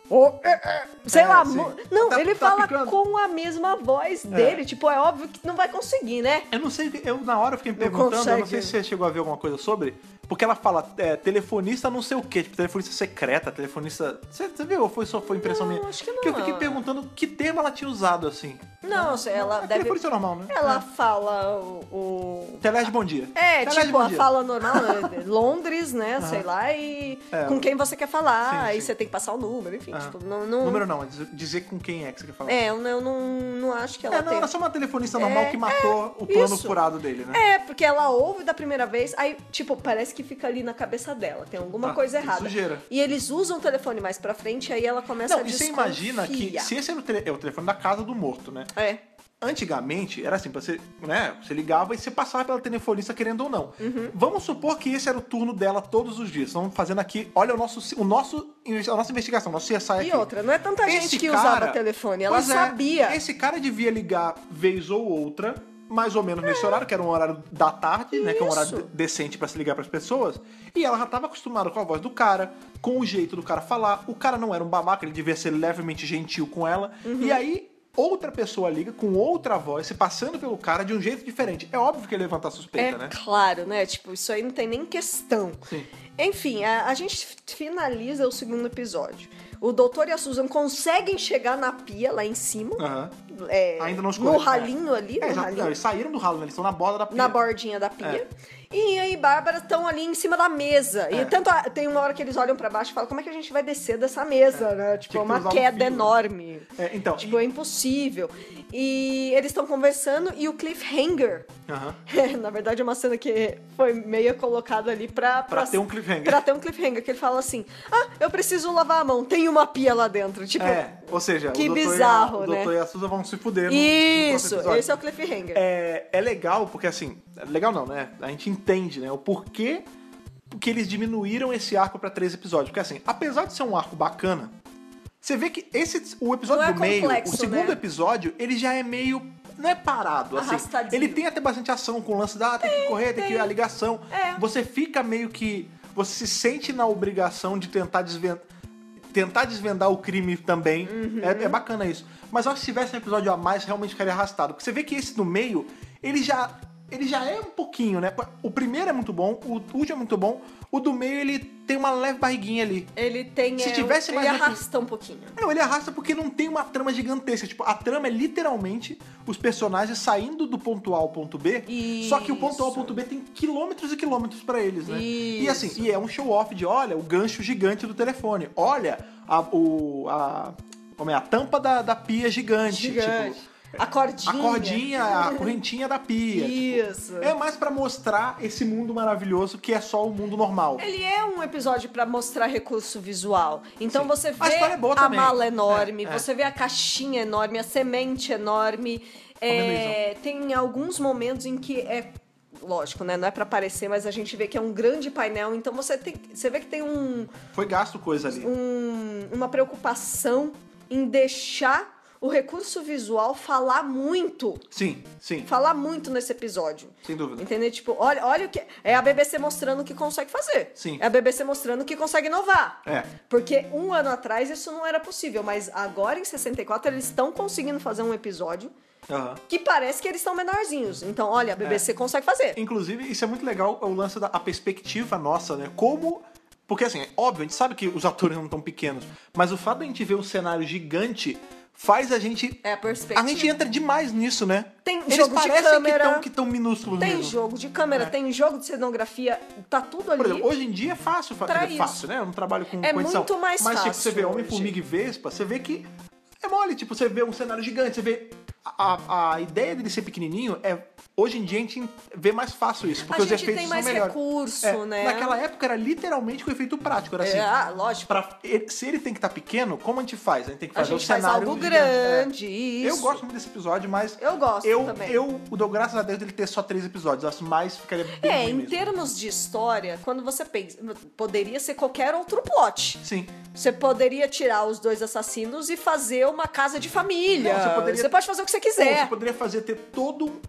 B: oh, é, é, sei
A: É,
B: lá,
A: sim.
B: mu- não,
A: Tá-
B: ele
A: tá
B: fala
A: picando.
B: com a mesma voz dele. Tipo, é óbvio que não vai conseguir, né?
A: Eu não sei, eu na hora eu fiquei me
B: Não
A: perguntando, eu não
B: consegue.
A: sei se você chegou a ver alguma coisa sobre, Porque ela fala é, telefonista não sei o quê, tipo, telefonista secreta, telefonista. Você você viu? Ou foi só foi impressão
B: Não,
A: minha?
B: acho que não.
A: Porque eu fiquei perguntando que termo ela tinha usado assim.
B: Não, ela
A: É
B: deve.
A: telefonista normal, né?
B: Ela fala o. o-
A: É. Telés bom dia.
B: É,
A: Telés
B: tipo,
A: bom
B: a
A: dia.
B: fala normal, né? Londres, né? Sei lá, e
A: É.
B: com quem você quer falar,
A: Sim,
B: aí
A: sim.
B: você tem que passar o número, enfim,
A: Ah.
B: tipo, não. não...
A: Número não, é dizer- dizer com quem é que você quer falar.
B: É, eu não, eu não, não acho que ela
A: É, não,
B: tem.
A: era só uma telefonista normal
B: É,
A: que matou o plano
B: isso.
A: furado dele, né?
B: É, porque ela ouve da primeira vez, aí, tipo, parece que fica ali na cabeça dela, tem alguma
A: Ah,
B: coisa
A: tem
B: errada.
A: sujeira.
B: E eles usam o telefone mais pra frente, aí ela começa a
A: Não, e você
B: desconfiar.
A: imagina que se esse era o, tele- é o telefone da casa do morto, né?
B: É,
A: Antigamente era assim, você, né, você ligava e você passava pela telefonista querendo ou não.
B: Uhum.
A: Vamos supor que esse era o turno dela todos os dias. Vamos fazendo aqui, olha o nosso, o nosso, a nossa investigação, o nosso CSI aqui.
B: e outra, não é tanta gente que usava telefone, ela
A: Pois é,
B: sabia.
A: esse cara devia ligar vez ou outra, mais ou menos nesse horário, que era um horário da tarde, né? Que é um horário
B: Isso.
A: de- decente pra se ligar pras pessoas. E ela já tava acostumada com a voz do cara, com o jeito do cara falar. O cara não era um babaca, ele devia ser levemente gentil com ela.
B: Uhum.
A: E aí. Outra pessoa liga com outra voz, se passando pelo cara de um jeito diferente. É óbvio que ele ia levantar suspeita,
B: é
A: né?
B: claro, né? Tipo, isso aí não tem nem questão.
A: Sim.
B: Enfim, a, a gente finaliza o segundo episódio. O doutor e a Susan conseguem chegar na pia lá em cima.
A: Aham.
B: é,
A: Ah. Ainda não escolheu.
B: No ralinho ali,
A: É,
B: no
A: já-
B: ralinho.
A: não, eles saíram do ralo, né? Eles estão na borda da pia.
B: na bordinha da pia. E aí, Bárbara estão ali em cima da mesa.
A: É.
B: E tanto a- tem uma hora que eles olham pra baixo e falam: como é que a gente vai descer dessa mesa, né? Tipo,
A: Tinha
B: é
A: que
B: uma
A: usar um
B: queda
A: fio, né?
B: enorme.
A: É, então,
B: Tipo, é impossível. E eles estão conversando e o cliffhanger.
A: Aham.
B: na verdade, é uma cena que foi meio colocada ali pra,
A: Pra ter um cliffhanger.
B: Pra ter um cliffhanger, que ele fala assim: Ah, eu preciso lavar a mão, tem uma pia lá dentro. Tipo,
A: É, ou seja,
B: que
A: o doutor
B: bizarro,
A: e a, o
B: né?
A: doutor e a Susan vão se fuder. no- no
B: isso,
A: próximo episódio.
B: esse é o cliffhanger.
A: É, é legal, porque assim, legal não, né? A gente entende, né? O porquê que eles diminuíram esse arco pra três episódios. Porque assim, apesar de ser um arco bacana, você vê que esse, o episódio
B: Não é
A: do meio,
B: complexo,
A: o segundo
B: né?
A: episódio, ele já é meio. Não é parado, assim.
B: Arrastadinho.
A: Ele tem até bastante ação com o lance da ah, tem, que correr, tem, que a ligação.
B: É.
A: Você fica meio que. Você se sente na obrigação de tentar desvendar. Tentar desvendar o crime também. É, é bacana isso. Mas eu acho que se tivesse um episódio a mais, realmente ficaria arrastado. Porque você vê que esse no meio, ele já. Ele já é um pouquinho, né? O primeiro é muito bom, o último é muito bom, o do meio ele tem uma leve barriguinha ali.
B: Ele tem.
A: Se
B: é,
A: tivesse
B: ele
A: mais um epi-
B: arrasta um pouquinho.
A: Não, ele arrasta porque não tem uma trama gigantesca. Tipo, a trama é literalmente os personagens saindo do ponto A ao ponto B. Só que o ponto A ao
B: Isso.
A: ponto B tem quilômetros e quilômetros pra eles, né? E
B: Isso.
A: assim, e é um show-off de olha o gancho gigante do telefone. Olha a, o, a, como é, a tampa da, da pia gigante.
B: Gigante.
A: Tipo,
B: a cordinha.
A: a cordinha, a correntinha da pia. tipo.
B: Isso.
A: é mais pra mostrar esse mundo maravilhoso que é só o mundo normal.
B: Ele é um episódio pra mostrar recurso visual. Então
A: Sim.
B: você
A: A
B: vê
A: história é boa também.
B: mala enorme,
A: É, é.
B: você vê a caixinha enorme, a semente enorme. É, tem alguns momentos em que é lógico, né? Não é pra aparecer, mas a gente vê que é um grande painel. Então você tem, você vê que tem um,
A: Foi gasto coisa ali.
B: um- uma preocupação em deixar o recurso visual falar muito,
A: Sim, sim,
B: falar muito nesse episódio.
A: sem dúvida.
B: Entendeu? Tipo, olha, olha o que. É a BBC mostrando o que consegue fazer.
A: Sim.
B: É a BBC mostrando que consegue inovar.
A: É.
B: Porque um ano atrás isso não era possível, mas agora em 64 eles estão conseguindo fazer um episódio
A: Aham.
B: que parece que eles estão menorzinhos. Então, olha, a BBC
A: É.
B: consegue fazer.
A: Inclusive, isso é muito legal, é o lance da a perspectiva nossa, né? Como. Porque assim, é óbvio, a gente sabe que os atores não estão pequenos, mas o fato de a gente ver um cenário gigante faz a gente.
B: É a
A: A
B: perspectiva.
A: gente entra demais nisso, né?
B: Tem
A: Eles
B: jogo de
A: parecem
B: câmera.
A: que estão que tão minúsculos
B: Tem
A: um mesmo.
B: jogo de
A: É.
B: câmera, tem jogo de cenografia, tá tudo ali.
A: Por exemplo, hoje em dia é fácil fazer.
B: Pra
A: É
B: isso.
A: fácil, né? Eu não trabalho com
B: É
A: com edição.
B: muito mais
A: Mas, tipo,
B: fácil
A: você vê Homem,
B: hoje.
A: Formiga e Vespa, você vê que é mole. Tipo, você vê um cenário gigante, você vê. A, a- a ideia dele ser pequenininho é. Hoje em dia a gente vê mais fácil isso, porque
B: a
A: os
B: gente
A: efeitos
B: tem
A: são
B: mais
A: melhores.
B: recurso,
A: É,
B: né?
A: Naquela época era literalmente com efeito prático. Era assim.
B: É, ah, lógico.
A: pra- ele- se ele tem que estar pequeno, como a gente faz? A gente tem que
B: A
A: fazer
B: gente
A: o
B: faz
A: cenário.
B: algo
A: gigante, é.
B: grande, isso.
A: Eu gosto muito desse episódio, mas.
B: Eu gosto
A: eu,
B: também.
A: eu dou graças a Deus dele ter só três episódios. Acho mais ficaria bem
B: É,
A: ruim
B: em
A: mesmo.
B: termos de história, quando você pensa, poderia ser qualquer outro plot.
A: Sim.
B: Você poderia tirar os dois assassinos e fazer uma casa de família.
A: Não,
B: você,
A: você poderia-
B: pode fazer o que você
A: Ou
B: quiser.
A: você poderia fazer ter todo um.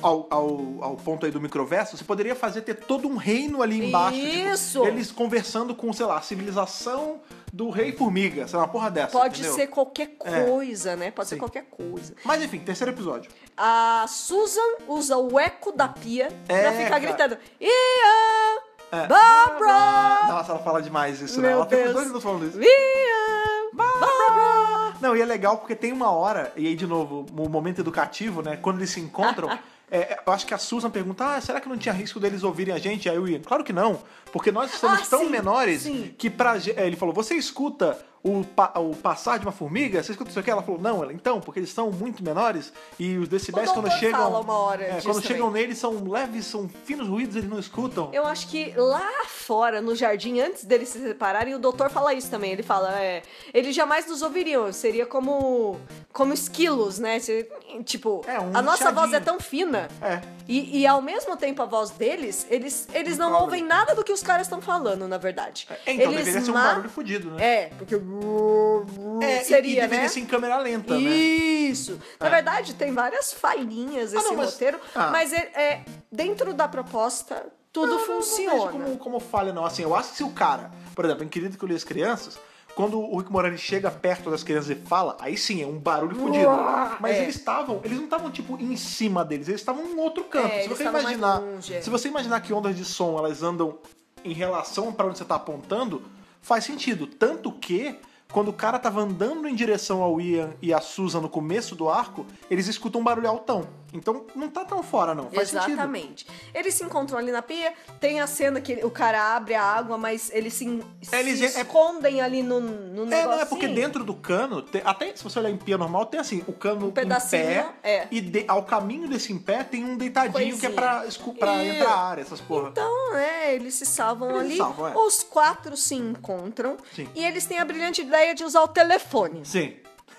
A: Ao, ao, ao ponto aí do microverso, você poderia fazer ter todo um reino ali embaixo. tipo,
B: Isso.
A: eles conversando com, sei lá, a civilização do rei formiga, sei lá, uma porra dessa.
B: Pode
A: entendeu? É.
B: ser qualquer coisa, né? Pode ser
A: Sim.
B: qualquer coisa.
A: Mas enfim, terceiro episódio.
B: A Susan usa o eco da pia
A: É,
B: pra ficar
A: cara. É.
B: gritando: Ian! Barbara!
A: Nossa, ela fala demais isso, né?
B: Meu
A: Ela fica uns
B: Deus.
A: dois minutos falando isso.
B: Mia! Barbara!
A: Não, e é legal porque tem uma hora, e aí de novo, o momento educativo, né? Quando eles se encontram, é, eu acho que a Susan pergunta: ah, será que não tinha risco deles ouvirem a gente? Aí o Ian, claro que não, porque nós somos
B: Ah,
A: tão
B: sim,
A: menores
B: sim.
A: que pra. ge- é, Ele falou: você escuta o, pa- o passar de uma formiga? Você escuta isso aqui? Ela falou: não, ela, então, porque eles são muito menores e os decibéis
B: O
A: quando
B: doutor
A: chegam.
B: fala uma hora
A: é,
B: disso
A: quando
B: também.
A: chegam neles são leves, são finos ruídos, eles não escutam.
B: Eu acho que lá fora, no jardim, antes deles se separarem, o doutor fala isso também. Ele fala, é, eles jamais nos ouviriam. Seria como, como esquilos, né? Se- tipo,
A: É, um
B: a nossa
A: chiadinho.
B: voz é tão fina.
A: É.
B: E, e ao mesmo tempo a voz deles, eles, eles não
A: Claro.
B: ouvem nada do que os caras estão falando, na verdade.
A: É, Então
B: eles
A: deveria ser um
B: ma-
A: barulho fudido, né?
B: É, porque
A: É, e- e,
B: seria,
A: deveria
B: né?
A: ser em câmera lenta, né?
B: Isso. Na
A: É.
B: verdade, tem várias falhinhas
A: Ah,
B: esse
A: não, mas-
B: roteiro,
A: Ah.
B: mas é, é, dentro da proposta tudo
A: Não, não, Não,
B: funciona.
A: vejo como, como falha, não. Assim, eu acho que se o cara, por exemplo, em Querido que eu li as crianças, quando o Rick Morani chega perto das crianças e fala, aí sim, é um barulho fodido.
B: Uá,
A: Mas
B: é.
A: eles estavam, eles não estavam, tipo, em cima deles, eles estavam em outro canto.
B: É,
A: se
B: eles
A: você
B: estavam mais
A: imaginar.
B: longe, é.
A: Se você imaginar que ondas de som elas andam em relação para onde você tá apontando, faz sentido. Tanto que. Quando o cara tava andando em direção ao Ian e a Susan no começo do arco, eles escutam um barulho altão. Então não tá tão fora, não. Faz sentido.
B: Exatamente. Eles se encontram ali na pia, tem a cena que o cara abre a água, mas eles se, en-
A: Eles
B: se
A: en- é-
B: escondem ali no, no
A: É,
B: Um negocinho.
A: não, é porque dentro do cano, tem- até se você olhar em pé normal, tem assim, o cano
B: Um pedacinho,
A: em pé,
B: é.
A: e de- ao caminho desse em pé tem um deitadinho que é pra, escu- pra
B: Isso.
A: entrar a área, essas porra.
B: Então, né, eles se salvam
A: Eles se
B: ali.
A: salvam, é.
B: Os quatro se encontram.
A: Sim.
B: E eles têm a brilhante ideia de usar o telefone.
A: Sim.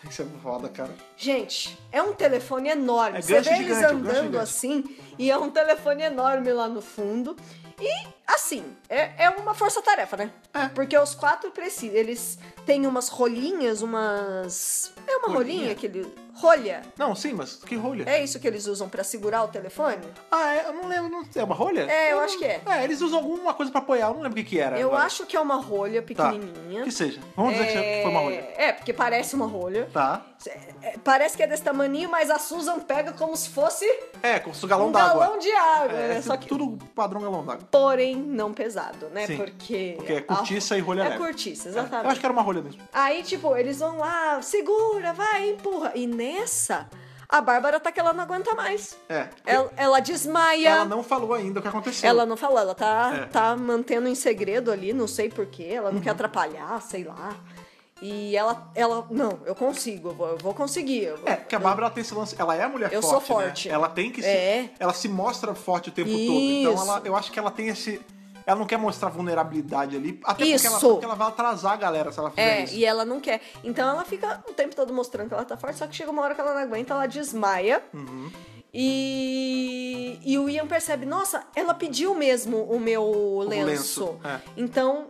A: Isso é foda, cara.
B: Gente, é um telefone enorme.
A: É
B: Você
A: gancho
B: vê eles
A: gigante, é um gancho
B: andando
A: gigante.
B: assim e é um telefone enorme lá no fundo. E, assim, é, é uma força-tarefa, né?
A: É.
B: Porque os quatro precisam. Eles têm umas rolinhas, umas. É uma
A: Rolinha?
B: rolinha que eles. Rolha.
A: Não, sim, mas que rolha.
B: É isso que eles usam pra segurar o telefone?
A: Ah, é, eu não lembro, não, é uma rolha?
B: É, eu acho
A: não-
B: que é.
A: É, eles usam alguma coisa pra apoiar, eu não lembro o que que era.
B: Eu
A: agora.
B: acho que é uma rolha
A: Tá,
B: pequenininha.
A: que seja. Vamos dizer que
B: É,
A: foi uma rolha.
B: É, porque parece uma rolha.
A: Tá.
B: É, é, Parece que é desse tamaninho, mas a Susan pega como se fosse
A: É, com o galão
B: um
A: d'água.
B: galão de água,
A: É,
B: né?
A: esse-
B: Só que
A: Tudo padrão galão d'água.
B: porém não pesado, né?
A: Sim.
B: Porque.
A: Porque é cortiça
B: a-
A: e rolha
B: É
A: leve.
B: cortiça,
A: É, Eu acho
B: exatamente.
A: que era uma rolha mesmo.
B: Aí, tipo, eles vão lá, segura, vai, empurra. E nessa, a Bárbara tá que ela não aguenta mais.
A: É. porque
B: Ela, ela desmaia.
A: Ela não falou ainda o que aconteceu.
B: Ela não fala, ela tá,
A: É. Uhum.
B: tá mantendo em segredo ali, não sei porquê, ela não quer atrapalhar, sei lá. E ela, ela, não, eu consigo, eu vou, eu vou conseguir. eu vou-
A: É, porque a Bárbara ela tem esse lance. Ela é a mulher
B: Eu
A: forte.
B: sou
A: né?
B: forte.
A: Ela tem que se.
B: É.
A: Ela se mostra forte o tempo todo.
B: Isso.
A: Então ela, eu acho que ela tem esse. Ela não quer mostrar vulnerabilidade ali. Até porque ela
B: Isso.
A: sabe que ela vai atrasar a galera se ela fizer
B: É,
A: isso.
B: e ela não quer. Então ela fica o tempo todo mostrando que ela tá forte, só que chega uma hora que ela não aguenta, ela desmaia.
A: Uhum.
B: E, e o Ian percebe, nossa, ela pediu mesmo o meu lenço.
A: lenço, é.
B: Então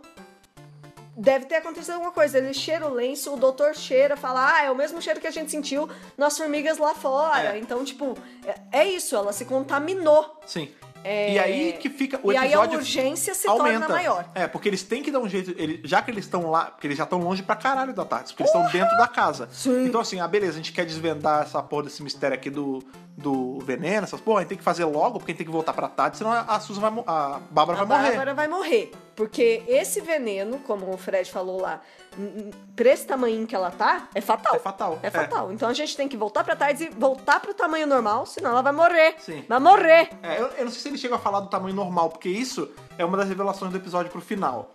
B: deve ter acontecido alguma coisa. Ele cheira o lenço, o doutor cheira, fala, ah, é o mesmo cheiro que a gente sentiu nas formigas lá fora.
A: É.
B: Então, tipo, é, é isso, ela se contaminou.
A: Sim.
B: É,
A: E aí que fica. O
B: e aí é a
A: episódio
B: urgência se
A: aumenta.
B: torna maior.
A: É, porque eles têm que dar um jeito. ele- já que eles estão lá, porque eles já estão longe pra caralho da tarde, porque eles estão dentro da casa.
B: Sim.
A: Então, assim, ah, beleza, a gente quer desvendar essa porra desse mistério aqui do, do veneno, essas porra, a gente tem que fazer logo, porque a gente tem que voltar pra tarde, senão a a Susan vai mo- A Bárbara
B: a
A: vai morrer.
B: Bárbara vai morrer. Porque esse veneno, como o Fred falou lá, n- n- pra esse tamanho que ela tá, é fatal.
A: É fatal,
B: É
A: é.
B: fatal. Então a gente tem que voltar pra trás e voltar pro tamanho normal, senão ela vai morrer.
A: Sim.
B: Vai morrer.
A: É, eu, eu não sei se ele chega a falar do tamanho normal, porque isso é uma das revelações do episódio pro final.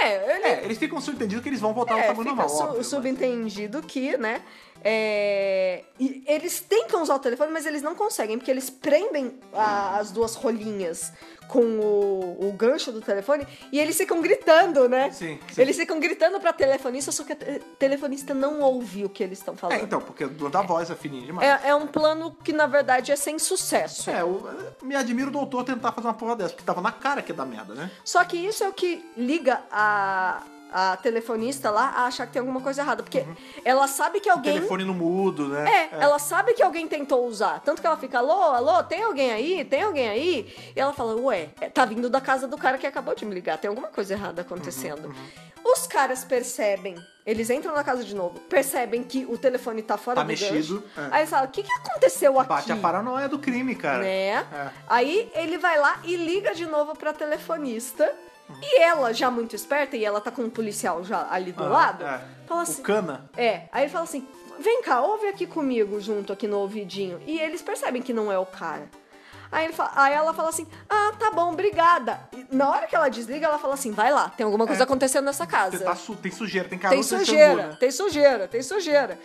B: É, ele.
A: É, eles ficam subentendidos que eles vão voltar ao
B: É,
A: um tamanho
B: fica
A: normal.
B: su-
A: óbvio, mas-
B: subentendido que, né? é, e eles tentam usar o telefone, mas eles não conseguem, porque eles prendem a- as duas rolinhas com o, o gancho do telefone e eles ficam gritando, né?
A: Sim, sim.
B: Eles ficam gritando pra telefonista, só que a te- telefonista não ouve o que eles estão
A: É,
B: falando.
A: então, porque o da voz é fininho demais.
B: É, é um plano que, na verdade, é sem sucesso.
A: É, eu me admiro o doutor tentar fazer uma porra dessa, porque tava na cara que ia dar merda, né?
B: Só que isso é o que liga a, a telefonista lá a achar que tem alguma coisa errada. Porque ela sabe que alguém
A: Uhum. Telefone no mudo, né?
B: É, ela sabe que alguém tentou usar. Tanto que ela fica, alô, alô, tem alguém aí? Tem alguém aí?
A: Uhum,
B: E ela fala, ué, é, tá vindo da casa do cara que acabou de me ligar. Tem alguma coisa errada acontecendo. Os caras percebem. Eles entram na casa de novo, percebem que o telefone tá fora
A: Tá
B: do
A: mexido,
B: gancho.
A: é.
B: Aí eles falam, o que, que aconteceu tá aqui?
A: Bate a paranoia do crime, cara.
B: né?
A: É.
B: Aí ele vai lá e liga de novo pra telefonista.
A: Uhum.
B: E ela, já muito esperta, e ela tá com um policial já ali do
A: Ah,
B: lado,
A: é.
B: fala
A: O
B: assim.
A: cana.
B: É, aí ele fala assim: vem cá, ouve aqui comigo, junto aqui no ouvidinho. E eles percebem que não é o cara. Aí, ele fa- aí ela fala assim: ah, tá bom, obrigada. E na hora que ela desliga, ela fala assim: vai lá, tem alguma coisa acontecendo nessa casa.
A: Tem, É. tá su- tem sujeira, tem
B: Tem
A: caroço,
B: sujeira,
A: canguru, né?
B: tem sujeira, tem sujeira.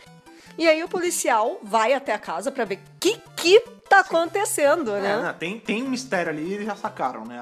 B: E aí o policial vai até a casa pra ver o que que tá acontecendo, né?
A: É, né? Tem, tem um mistério ali, eles já sacaram, né?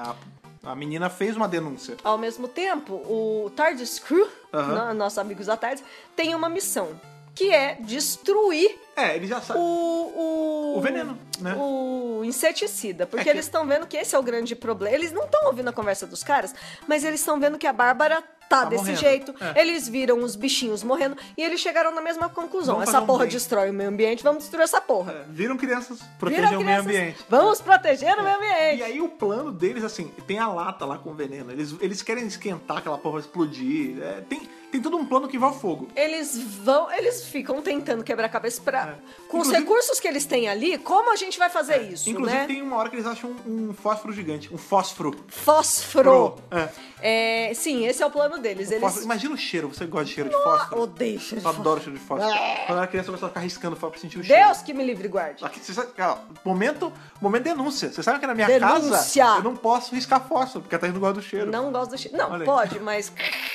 A: A, a menina fez uma denúncia.
B: Ao mesmo tempo, o Tardis Crew,
A: Aham.
B: no- nossos amigos da Tardis, tem uma missão, que é destruir
A: É, eles já sabem.
B: o, o...
A: O veneno, né?
B: O inseticida, porque
A: É que-
B: eles estão vendo que esse é o grande problema. Eles não estão ouvindo a conversa dos caras, mas eles estão vendo que a Bárbara tá,
A: Tá
B: desse
A: morrendo,
B: jeito.
A: é.
B: Eles viram os bichinhos morrendo e eles chegaram na mesma conclusão.
A: Vamos
B: essa
A: fazer um
B: porra
A: bem.
B: destrói o meio ambiente, vamos destruir essa porra.
A: Viram crianças,
B: Viram,
A: proteger o meio
B: crianças?
A: ambiente. É.
B: Vamos proteger o meio ambiente.
A: E aí o plano deles, assim, tem a lata lá com veneno. Eles, eles querem esquentar aquela porra, explodir. É, tem, tem todo um plano que vai ao fogo.
B: Eles vão, eles ficam tentando quebrar cabeça pra. Com os
A: É. Inclusive- É.
B: recursos que eles têm ali, como a gente vai fazer isso,
A: Inclusive
B: né?
A: tem uma hora que eles acham um fósforo gigante. Um fósforo.
B: Fósforo.
A: Pro. É.
B: É, sim, esse é o plano deles. Eles
A: Fósforo. Imagina o cheiro. Você gosta de cheiro de fósforo?
B: odeiam.
A: Eu adoro o cheiro de fósforo. Quando eu era criança, eu gostava de ficar riscando fósforo pra sentir o cheiro. Ah,
B: Deus que me livre e guarde.
A: Aqui, você sabe, ó, momento, momento denúncia. Você sabe que na minha
B: Denúncia.
A: casa eu não posso riscar fósforo, porque a Thaís não gosta do cheiro.
B: Não gosto do cheiro. Não,
A: Olha aí.
B: pode, mas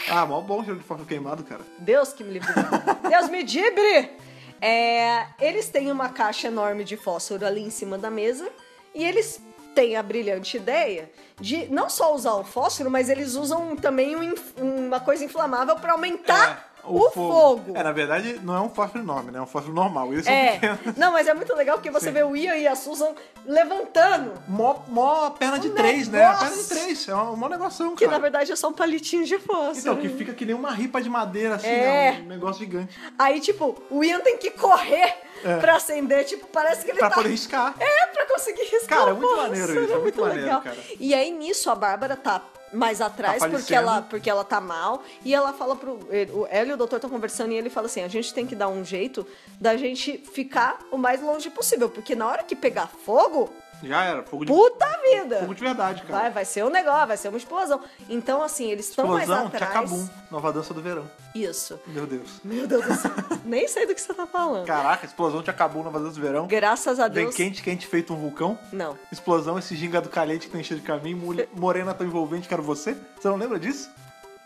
A: Ah, mó bom o cheiro de fósforo queimado, cara.
B: Deus que me livre. e guarde. Deus me dibre! É, eles têm uma caixa enorme de fósforo ali em cima da mesa e eles têm a brilhante ideia de não só usar o fósforo, mas eles usam também um inf- uma coisa inflamável pra aumentar
A: É,
B: Tá o, fogo.
A: É, na verdade, não é um fósforo enorme, né? É um fósforo normal. Eles
B: É.
A: são pequenos.
B: Não, mas é muito legal porque você
A: Sim.
B: vê o Ian e a Susan levantando.
A: Mó, mó perna de
B: Um
A: três, né? A
B: negócio.
A: perna de três. É um mó negoção,
B: Que
A: cara.
B: na verdade é só um palitinho de fósforo.
A: Então, que fica que nem uma ripa de madeira, assim,
B: É.
A: né? Um negócio gigante.
B: Aí, tipo, o Ian tem que correr
A: É.
B: pra acender, tipo, parece que ele
A: Pra
B: tá...
A: poder riscar.
B: É, pra conseguir riscar
A: Cara,
B: o
A: é muito
B: fósforo,
A: maneiro isso, é muito maneiro,
B: legal.
A: cara.
B: E aí, nisso, a Bárbara tá mais atrás
A: Tá
B: porque,
A: falecendo.
B: ela, porque ela tá mal. E ela fala pro... ele- O ela e o doutor estão conversando e ele fala assim, a gente tem que dar um jeito da gente ficar o mais longe possível. Porque na hora que pegar fogo,
A: Já era. Fogo de,
B: puta vida!
A: Hum. fogo de verdade, cara.
B: Vai, vai ser um negócio, vai ser uma explosão. Então, assim, eles estão mais
A: Explosão,
B: atrás.
A: Tchacabum. Nova dança do verão.
B: Isso.
A: Meu Deus.
B: Meu Deus do céu. Nem sei do que você tá falando.
A: Caraca, explosão Tchacabum, Nova dança do verão.
B: Graças a
A: Vem
B: Deus.
A: quente, quente, feito um vulcão.
B: Não.
A: Explosão, esse ginga do calhete que tá enchendo de caminho. mole- Morena tão envolvente, quero você. Você não lembra disso?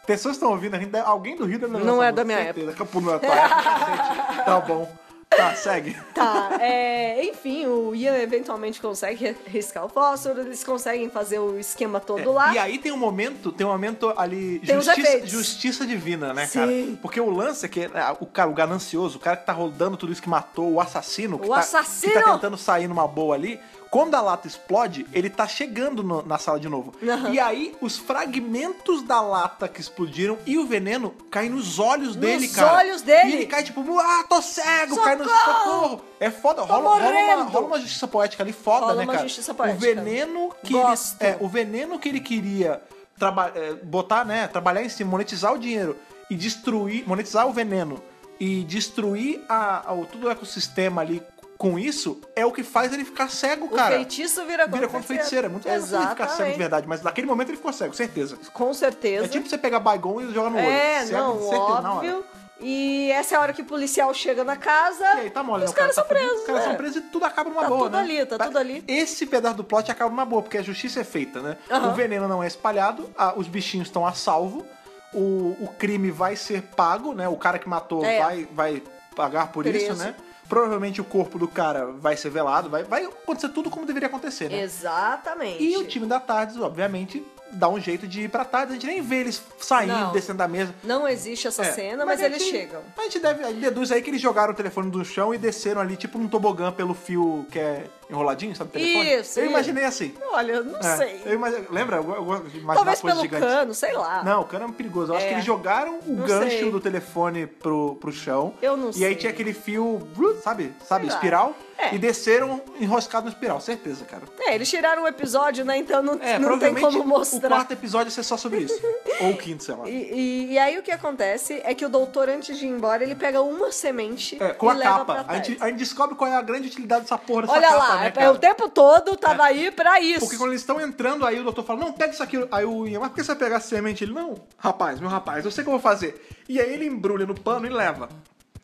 A: Pessoas estão ouvindo, a gente deve- alguém do Rio deve lembrar
B: Não
A: dessa
B: é da
A: música,
B: minha
A: certeza. Capô, não é tua época, cacete. Tá bom. Tá, segue.
B: Tá, é, enfim, o Ian eventualmente consegue riscar o fósforo, eles conseguem fazer o esquema todo lá.
A: E aí tem um momento, tem um momento ali.
B: Tem os
A: justiça,
B: efeitos.
A: justiça divina, né,
B: Sim.
A: cara? Porque o lance é que é, o cara, o ganancioso, o cara que tá rodando tudo isso que matou, o assassino, que,
B: O
A: tá,
B: assassino!
A: que tá tentando sair numa boa ali, quando a lata explode, ele tá chegando no- na sala de novo.
B: Aham.
A: E aí, os fragmentos da lata que explodiram e o veneno caem nos olhos dele, cara.
B: olhos dele!
A: E ele cai tipo, ah, tô cego, cai no
B: Socorro!
A: socorro. É foda, rola, rola, uma,
B: morrendo!
A: rola uma justiça poética ali, foda,
B: Rola
A: né,
B: uma
A: cara?
B: justiça poética.
A: O veneno que
B: Gosto.
A: ele, é, o veneno que ele queria traba- é, botar, né? Trabalhar em cima, monetizar o dinheiro e destruir. Monetizar o veneno e destruir a, a- o- todo o ecossistema ali com isso é o que faz ele ficar cego,
B: o
A: cara.
B: feitiço vira,
A: Vira com feiticeira. É muito legal ele
B: Exatamente.
A: ficar cego de verdade, mas naquele momento ele ficou cego, certeza.
B: Com certeza.
A: É tipo você pegar Baigon e jogar no olho.
B: É,
A: cego,
B: não,
A: certeza, na hora.
B: óbvio. E essa é a hora que o policial chega na casa.
A: E aí tá mole,
B: e
A: né?
B: os
A: O cara
B: caras
A: tá
B: são
A: fudido,
B: presos.
A: Os caras
B: é.
A: são presos e tudo acaba numa
B: Tá
A: boa,
B: tudo
A: né?
B: ali, tá tudo ali.
A: Esse pedaço do plot acaba numa boa, porque a justiça é feita, né?
B: Aham.
A: O veneno não é espalhado, a- os bichinhos estão a salvo, o, o crime vai ser pago, né? O cara que matou
B: É.
A: vai, vai pagar por isso,
B: Preso.
A: né? Provavelmente o corpo do cara vai ser velado, vai, vai acontecer tudo como deveria acontecer, né?
B: Exatamente.
A: E o tipo- time da tarde, obviamente, dá um jeito de ir pra tarde, a gente nem vê eles saindo,
B: Não.
A: descendo da mesa.
B: Não existe essa
A: É,
B: cena, mas,
A: a
B: eles
A: gente-
B: chegam.
A: A gente deve, a gente deduz aí que eles jogaram o telefone do chão e desceram ali, tipo um tobogã pelo fio que é enroladinho, sabe? o Telefone.
B: Isso,
A: Eu
B: isso.
A: imaginei assim.
B: Olha, não
A: É,
B: sei.
A: eu imagi- Lembra? Eu, eu gosto de imaginar
B: Talvez
A: coisas
B: pelo
A: gigantes.
B: cano, sei lá.
A: Não, o cano é um perigoso. Eu acho
B: É.
A: que eles jogaram o
B: Não
A: gancho
B: sei.
A: do telefone pro, pro chão.
B: Eu não
A: e aí
B: sei.
A: tinha aquele fio, blu, sabe? Sabe?
B: lá.
A: Espiral.
B: É.
A: E desceram enroscado no espiral, certeza, cara.
B: É, eles tiraram um episódio, né? Então não,
A: É,
B: não tem
A: provavelmente
B: como
A: o
B: mostrar.
A: quarto episódio ia ser só sobre isso. Ou quinto, sei lá.
B: E, e- e aí o que acontece é que o doutor, antes de ir embora, ele pega uma semente
A: É, com
B: e
A: a
B: leva
A: capa.
B: pra
A: A
B: trás.
A: gente, a gente descobre qual é a grande utilidade dessa porra dessa
B: Olha
A: capa,
B: lá,
A: né,
B: é-
A: cara? É.
B: o tempo todo tava aí pra isso.
A: Porque quando eles estão entrando, aí o doutor fala, não, pega isso aqui. Aí o Ian, mas por que você vai pegar essa semente? Ele, não, rapaz, meu rapaz, eu sei o que eu vou fazer. E aí ele embrulha no pano e leva.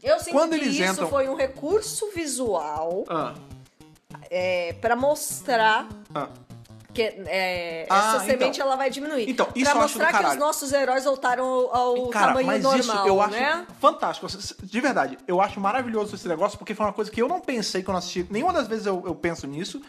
B: Eu sinto
A: Quando
B: que
A: eles
B: isso
A: entram-
B: foi um recurso visual
A: Ah,
B: é, para mostrar
A: ah.
B: que é,
A: Ah,
B: essa semente
A: então.
B: ela vai diminuir.
A: Então, isso eu
B: pra
A: acho do
B: mostrar que os
A: caralho.
B: nossos heróis voltaram ao, ao
A: Cara,
B: tamanho
A: mas
B: normal,
A: isso eu acho tá
B: né?
A: fantástico. De verdade, eu acho maravilhoso esse negócio, porque foi uma coisa que eu não pensei quando assisti. Nenhuma das vezes eu, eu penso nisso.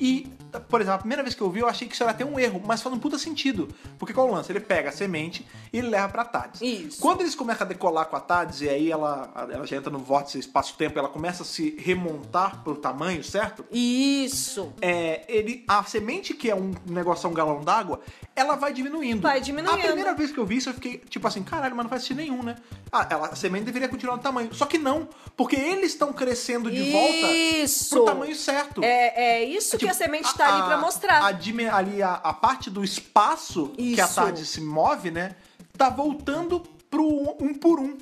A: E, por exemplo, a primeira vez que eu vi, eu achei que isso era até um erro, mas faz um puta sentido. Porque qual é o lance? Ele pega a semente e ele leva pra Tades.
B: Isso.
A: Quando eles começam a decolar com a Tades, e aí ela, ela já entra no vórtice espaço-tempo, ela começa a se remontar pro tamanho, certo?
B: Isso.
A: é, ele, a semente, que é um negócio, um galão d'água, ela vai diminuindo.
B: Vai
A: A
B: diminuindo.
A: primeira vez que eu vi isso, eu fiquei tipo assim, caralho, mas não faz sentido nenhum, né? Ah, ela, a semente deveria continuar no tamanho. Só que não, porque eles estão crescendo de volta
B: isso.
A: pro tamanho certo.
B: É, é isso que
A: Tipo,
B: a semente tá ali pra mostrar.
A: A, dime- ali a, a parte do espaço que a
B: Isso.
A: tarde se move, né? Tá voltando pro um, um por um.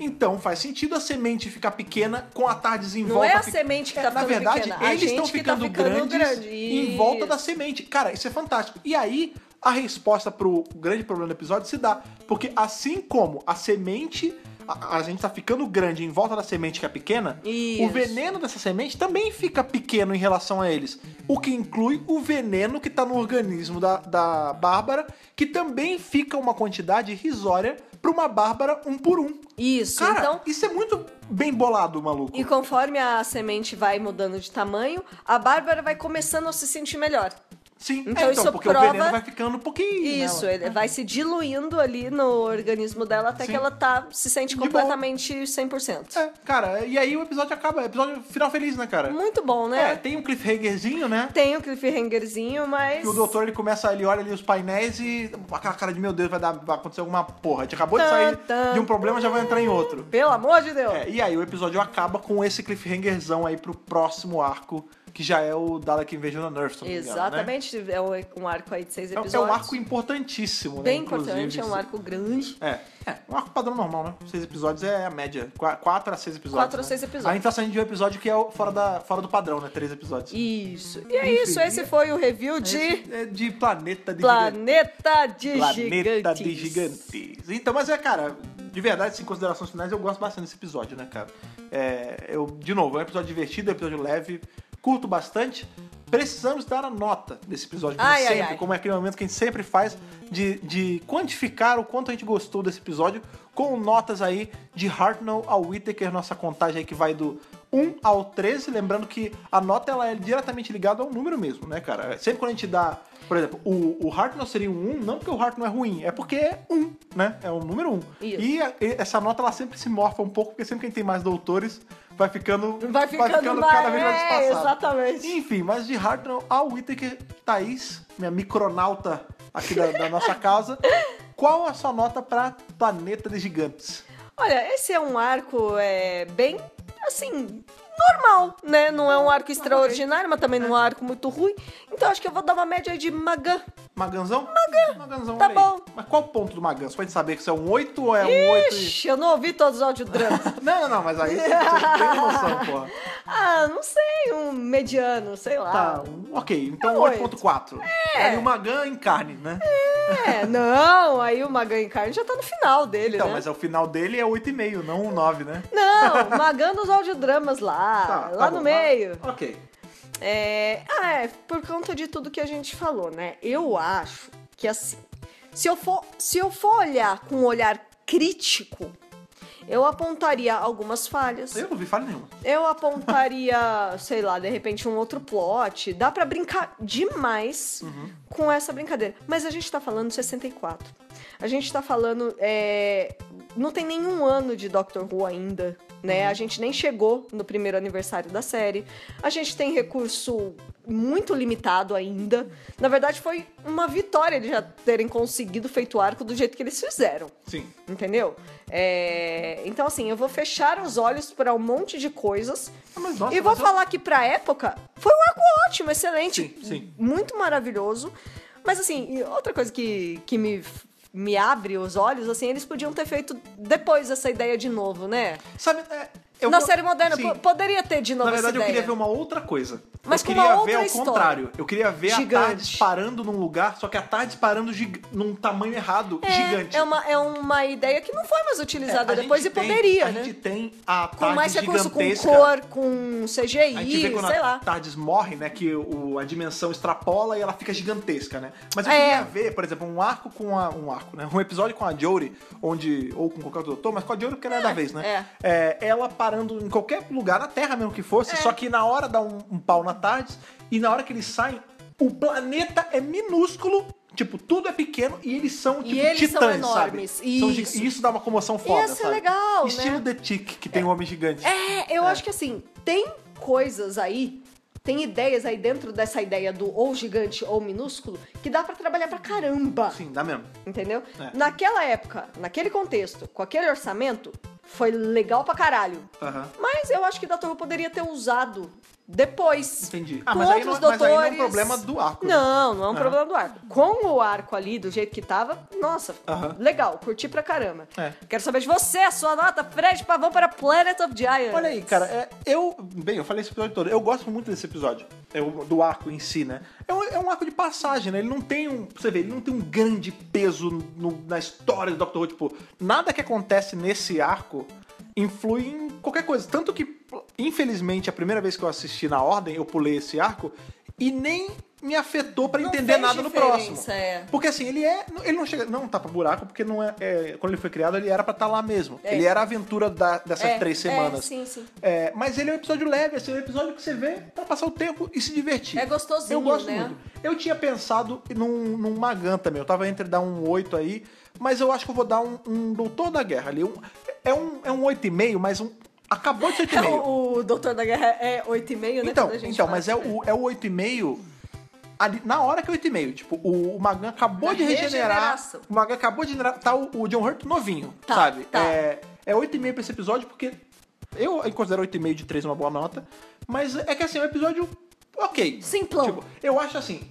A: Então faz sentido a semente ficar pequena com a tarde em
B: Não
A: volta.
B: é a
A: fi-
B: semente que
A: É,
B: tá
A: Na
B: ficando
A: verdade,
B: pequena, a
A: eles
B: gente
A: estão
B: que tá
A: ficando,
B: ficando
A: grandes
B: grande.
A: em volta da
B: Isso.
A: semente. Cara, isso é fantástico. E aí a resposta pro grande problema do episódio se dá. Porque assim como a semente. A, a gente tá ficando grande em volta da semente que é pequena, o
B: Isso.
A: veneno dessa semente também fica pequeno em relação a eles. O que inclui o veneno que tá no organismo da, da Bárbara, que também fica uma quantidade irrisória pra uma Bárbara um por um.
B: Isso.
A: Cara,
B: então,
A: isso é muito bem bolado, maluco.
B: E conforme a semente vai mudando de tamanho, a Bárbara vai começando a se sentir melhor.
A: Sim,
B: Então
A: é, então
B: isso
A: porque o
B: prova-
A: veneno vai ficando um pouquinho.
B: Isso,
A: nela.
B: ele vai se diluindo ali no organismo dela até
A: Sim.
B: que ela tá, se sente
A: boa.
B: completamente 100%.
A: É, cara, e aí o episódio acaba. Episódio final feliz, né, cara?
B: Muito bom,
A: É,
B: né?
A: tem um cliffhangerzinho, né?
B: Tem o cliffhangerzinho, mas...
A: Que o doutor ele começa, ele olha ali os painéis e. Aquela cara de meu Deus, vai, dar, vai acontecer alguma porra. A gente acabou de
B: Tan,
A: sair
B: tan,
A: de um problema já vai entrar em outro.
B: Pelo amor de Deus!
A: É, e aí o episódio acaba com esse cliffhangerzão aí pro próximo arco, que já é o Dalek Invasion of Nerf, se eu não me engano, né?
B: Exatamente, é um- um arco aí de seis
A: É um-
B: episódios.
A: É um arco importantíssimo,
B: bem
A: né? inclusive.
B: importante, é um arco grande.
A: É, é, um arco padrão normal, né? Seis episódios é a média. Qua- Quatro a seis episódios.
B: Quatro a
A: né?
B: seis episódios.
A: A gente tá saindo de um episódio que é o fora, da, fora do padrão, né? Três episódios.
B: Isso. E é
A: Enfim,
B: isso, esse foi o review de
A: Esse é de planeta de gigantes.
B: Planeta de
A: Planeta
B: Gigantes.
A: de gigantes. Então, mas é, cara, de verdade, sem considerações finais, eu gosto bastante desse episódio, né, cara? É, eu, de novo, é um episódio divertido, é um episódio leve, curto bastante. Precisamos dar a nota desse episódio, como
B: Ai, ai,
A: sempre,
B: ai.
A: como é aquele momento que a gente sempre faz de, de quantificar o quanto a gente gostou desse episódio, com notas aí de Hartnell ao Whittaker, nossa contagem aí que vai do 1 ao 13, lembrando que a nota ela é diretamente ligada ao número mesmo, né, cara? Sempre quando a gente dá, por exemplo, o, o Hartnell seria um 1, não porque o Hartnell é ruim, é porque é 1, né? É o número 1.
B: Isso.
A: E a- e essa nota ela sempre se morfa um pouco, porque sempre que a gente tem mais doutores, vai ficando,
B: Vai ficando,
A: cada
B: mais-
A: vez mais
B: é,
A: espaçado.
B: Exatamente.
A: Enfim, mas de Hartnell ao Whittaker, Thaís, minha micronauta aqui da, da nossa casa, qual a sua nota pra Planeta de Gigantes?
B: Olha, esse é um arco é, bem, assim, normal, né? Não é um arco extraordinário, mas também não é um arco muito ruim. Então acho que eu vou dar uma média aí de Magã.
A: Maganzão? Magan. Maganzão,
B: Tá
A: olha aí.
B: bom.
A: Mas qual o ponto do Magan? Você pode saber que isso é um 8 ou é um 8 e...
B: Ixi, eu não ouvi todos os audiodramas.
A: Não, não, não, mas aí você tem noção, porra.
B: ah, não sei, um mediano, sei lá.
A: Tá, ok. Então
B: É um
A: 8.4. É. Aí o Magan em carne, né?
B: É, não, aí o Magã em carne já tá no final dele,
A: Então,
B: né?
A: mas o final dele é 8,5, não um 9, né?
B: Não, Magã nos audiodramas lá,
A: Tá, tá
B: Ah, lá no
A: bom.
B: meio.
A: Ok.
B: É, ah, é, por conta de tudo que a gente falou, né? Eu acho que assim, se eu for, se eu for olhar com um olhar crítico, eu apontaria algumas falhas.
A: Eu não vi falha nenhuma.
B: Eu apontaria, sei lá, de repente um outro plot. Dá pra brincar demais com essa brincadeira. Mas a gente tá falando 64. A gente tá falando. é, Não tem nenhum ano de Doctor Who ainda, né? A gente nem chegou no primeiro aniversário da série. A gente tem recurso muito limitado ainda. Na verdade, foi uma vitória eles já terem conseguido feito o arco do jeito que eles fizeram.
A: Sim.
B: Entendeu? É, Então, assim, eu vou fechar os olhos pra um monte de coisas.
A: Ah, mas nossa,
B: e vou
A: mas eu-
B: falar que, pra época, foi um arco ótimo, excelente.
A: Sim, sim.
B: Muito maravilhoso. Mas, assim, e outra coisa que, que me f- me abre os olhos, assim, eles podiam ter feito depois essa ideia de novo, né?
A: Sabe, é, eu
B: Na
A: go-
B: série moderna,
A: Sim.
B: po- poderia ter de novo
A: Na verdade,
B: essa
A: eu
B: ideia.
A: queria ver um uma outra coisa.
B: Mas
A: eu
B: com
A: queria
B: uma
A: ver
B: outra
A: ao
B: história.
A: contrário. Eu queria ver a
B: Gigante.
A: tarde parando num lugar, só que a tarde parando gig- num tamanho errado,
B: É,
A: gigante.
B: É uma, é uma ideia que não foi mais utilizada
A: É, a
B: depois e
A: gente tem-
B: poderia,
A: a
B: né?
A: gente tem a tarde
B: Com mais recurso, com
A: gigantesca.
B: cor, com
A: A gente vê
B: CGI,
A: quando
B: sei
A: a
B: lá.
A: Tardes morre, né? Que o, a dimensão extrapola e ela fica gigantesca, né? Mas eu
B: É.
A: queria ver, por exemplo, um arco com a. Um arco, né? Um episódio com a Jory, onde. Ou com qualquer outro doutor, mas com a Jory porque ela é, da vez, né? É, ela parando em qualquer lugar, na Terra mesmo que
B: É.
A: fosse, só que na hora dá um, um pau na Tardes, e na hora que eles saem, o planeta é minúsculo. Tipo, tudo é pequeno e eles são, tipo,
B: eles são
A: titãs,
B: enormes,
A: sabe? São gi-
B: isso.
A: E isso dá uma comoção foda,
B: Ia ser
A: sabe?
B: legal, né?
A: Estilo The Tick, que tem um homem gigante.
B: É, eu acho que assim, tem coisas aí, tem ideias aí dentro dessa ideia do ou gigante ou minúsculo que dá pra trabalhar pra caramba.
A: Sim, dá mesmo.
B: Entendeu?
A: É.
B: Naquela época, naquele contexto, com aquele orçamento, foi legal pra caralho.
A: Aham.
B: Mas eu acho que o Dr. Who poderia ter usado depois.
A: Entendi.
B: Com
A: Ah, mas aí, não,
B: outros
A: mas aí não é um
B: doutores.
A: problema do arco. né?
B: Não, não é um
A: Aham.
B: problema do arco. Com o arco ali, do jeito que tava, nossa,
A: Aham.
B: legal, curti pra caramba.
A: É.
B: Quero saber de você, a sua nota, Fred Pavão para Planet of Giants.
A: Olha aí, cara, é, eu. Bem, eu falei esse episódio todo. Eu gosto muito desse episódio. eu- do arco em si, né? É um, é um arco de passagem, né? Ele não tem um. Você vê, ele não tem um grande peso no- na história do Dr. Who. Tipo, nada que acontece nesse arco influi em qualquer coisa. Tanto que, infelizmente, a primeira vez que eu assisti na ordem, eu pulei esse arco e nem me afetou pra
B: Não
A: entender
B: fez
A: nada no
B: diferença,
A: próximo.
B: é.
A: Porque assim, ele é. Ele não chega. Não tapa buraco, porque não é, é, Quando ele foi criado, ele era pra estar lá mesmo.
B: É.
A: Ele era a aventura da- dessas
B: É,
A: três
B: é,
A: semanas.
B: sim, sim.
A: É, mas ele é um episódio leve, assim, é um episódio que você vê pra passar o tempo e se divertir.
B: É gostosinho,
A: Eu gosto
B: né?
A: muito. Eu tinha pensado num, num Magan também. Eu tava entre dar um 8 aí, mas eu acho que eu vou dar um, um Doutor da Guerra ali. Um- é um, é um 8,5, mas um. Acabou de ser 8,5.
B: É O, o Doutor da Guerra é 8,5, né?
A: Então,
B: quando a gente
A: então
B: fala
A: mas é
B: sobre ele.
A: o, é o 8,5. Ali, na hora que é 8,5. Tipo, o, o Magan acabou
B: Na
A: de regenerar.
B: regeneração.
A: O Magan acabou de regenerar. Tá o, o John Hurt novinho,
B: Tá,
A: sabe?
B: tá.
A: É, é 8,5 pra esse episódio, porque eu considero 8,5 de 3 uma boa nota. Mas é que assim, é um episódio ok.
B: Simplão.
A: Tipo, eu acho assim.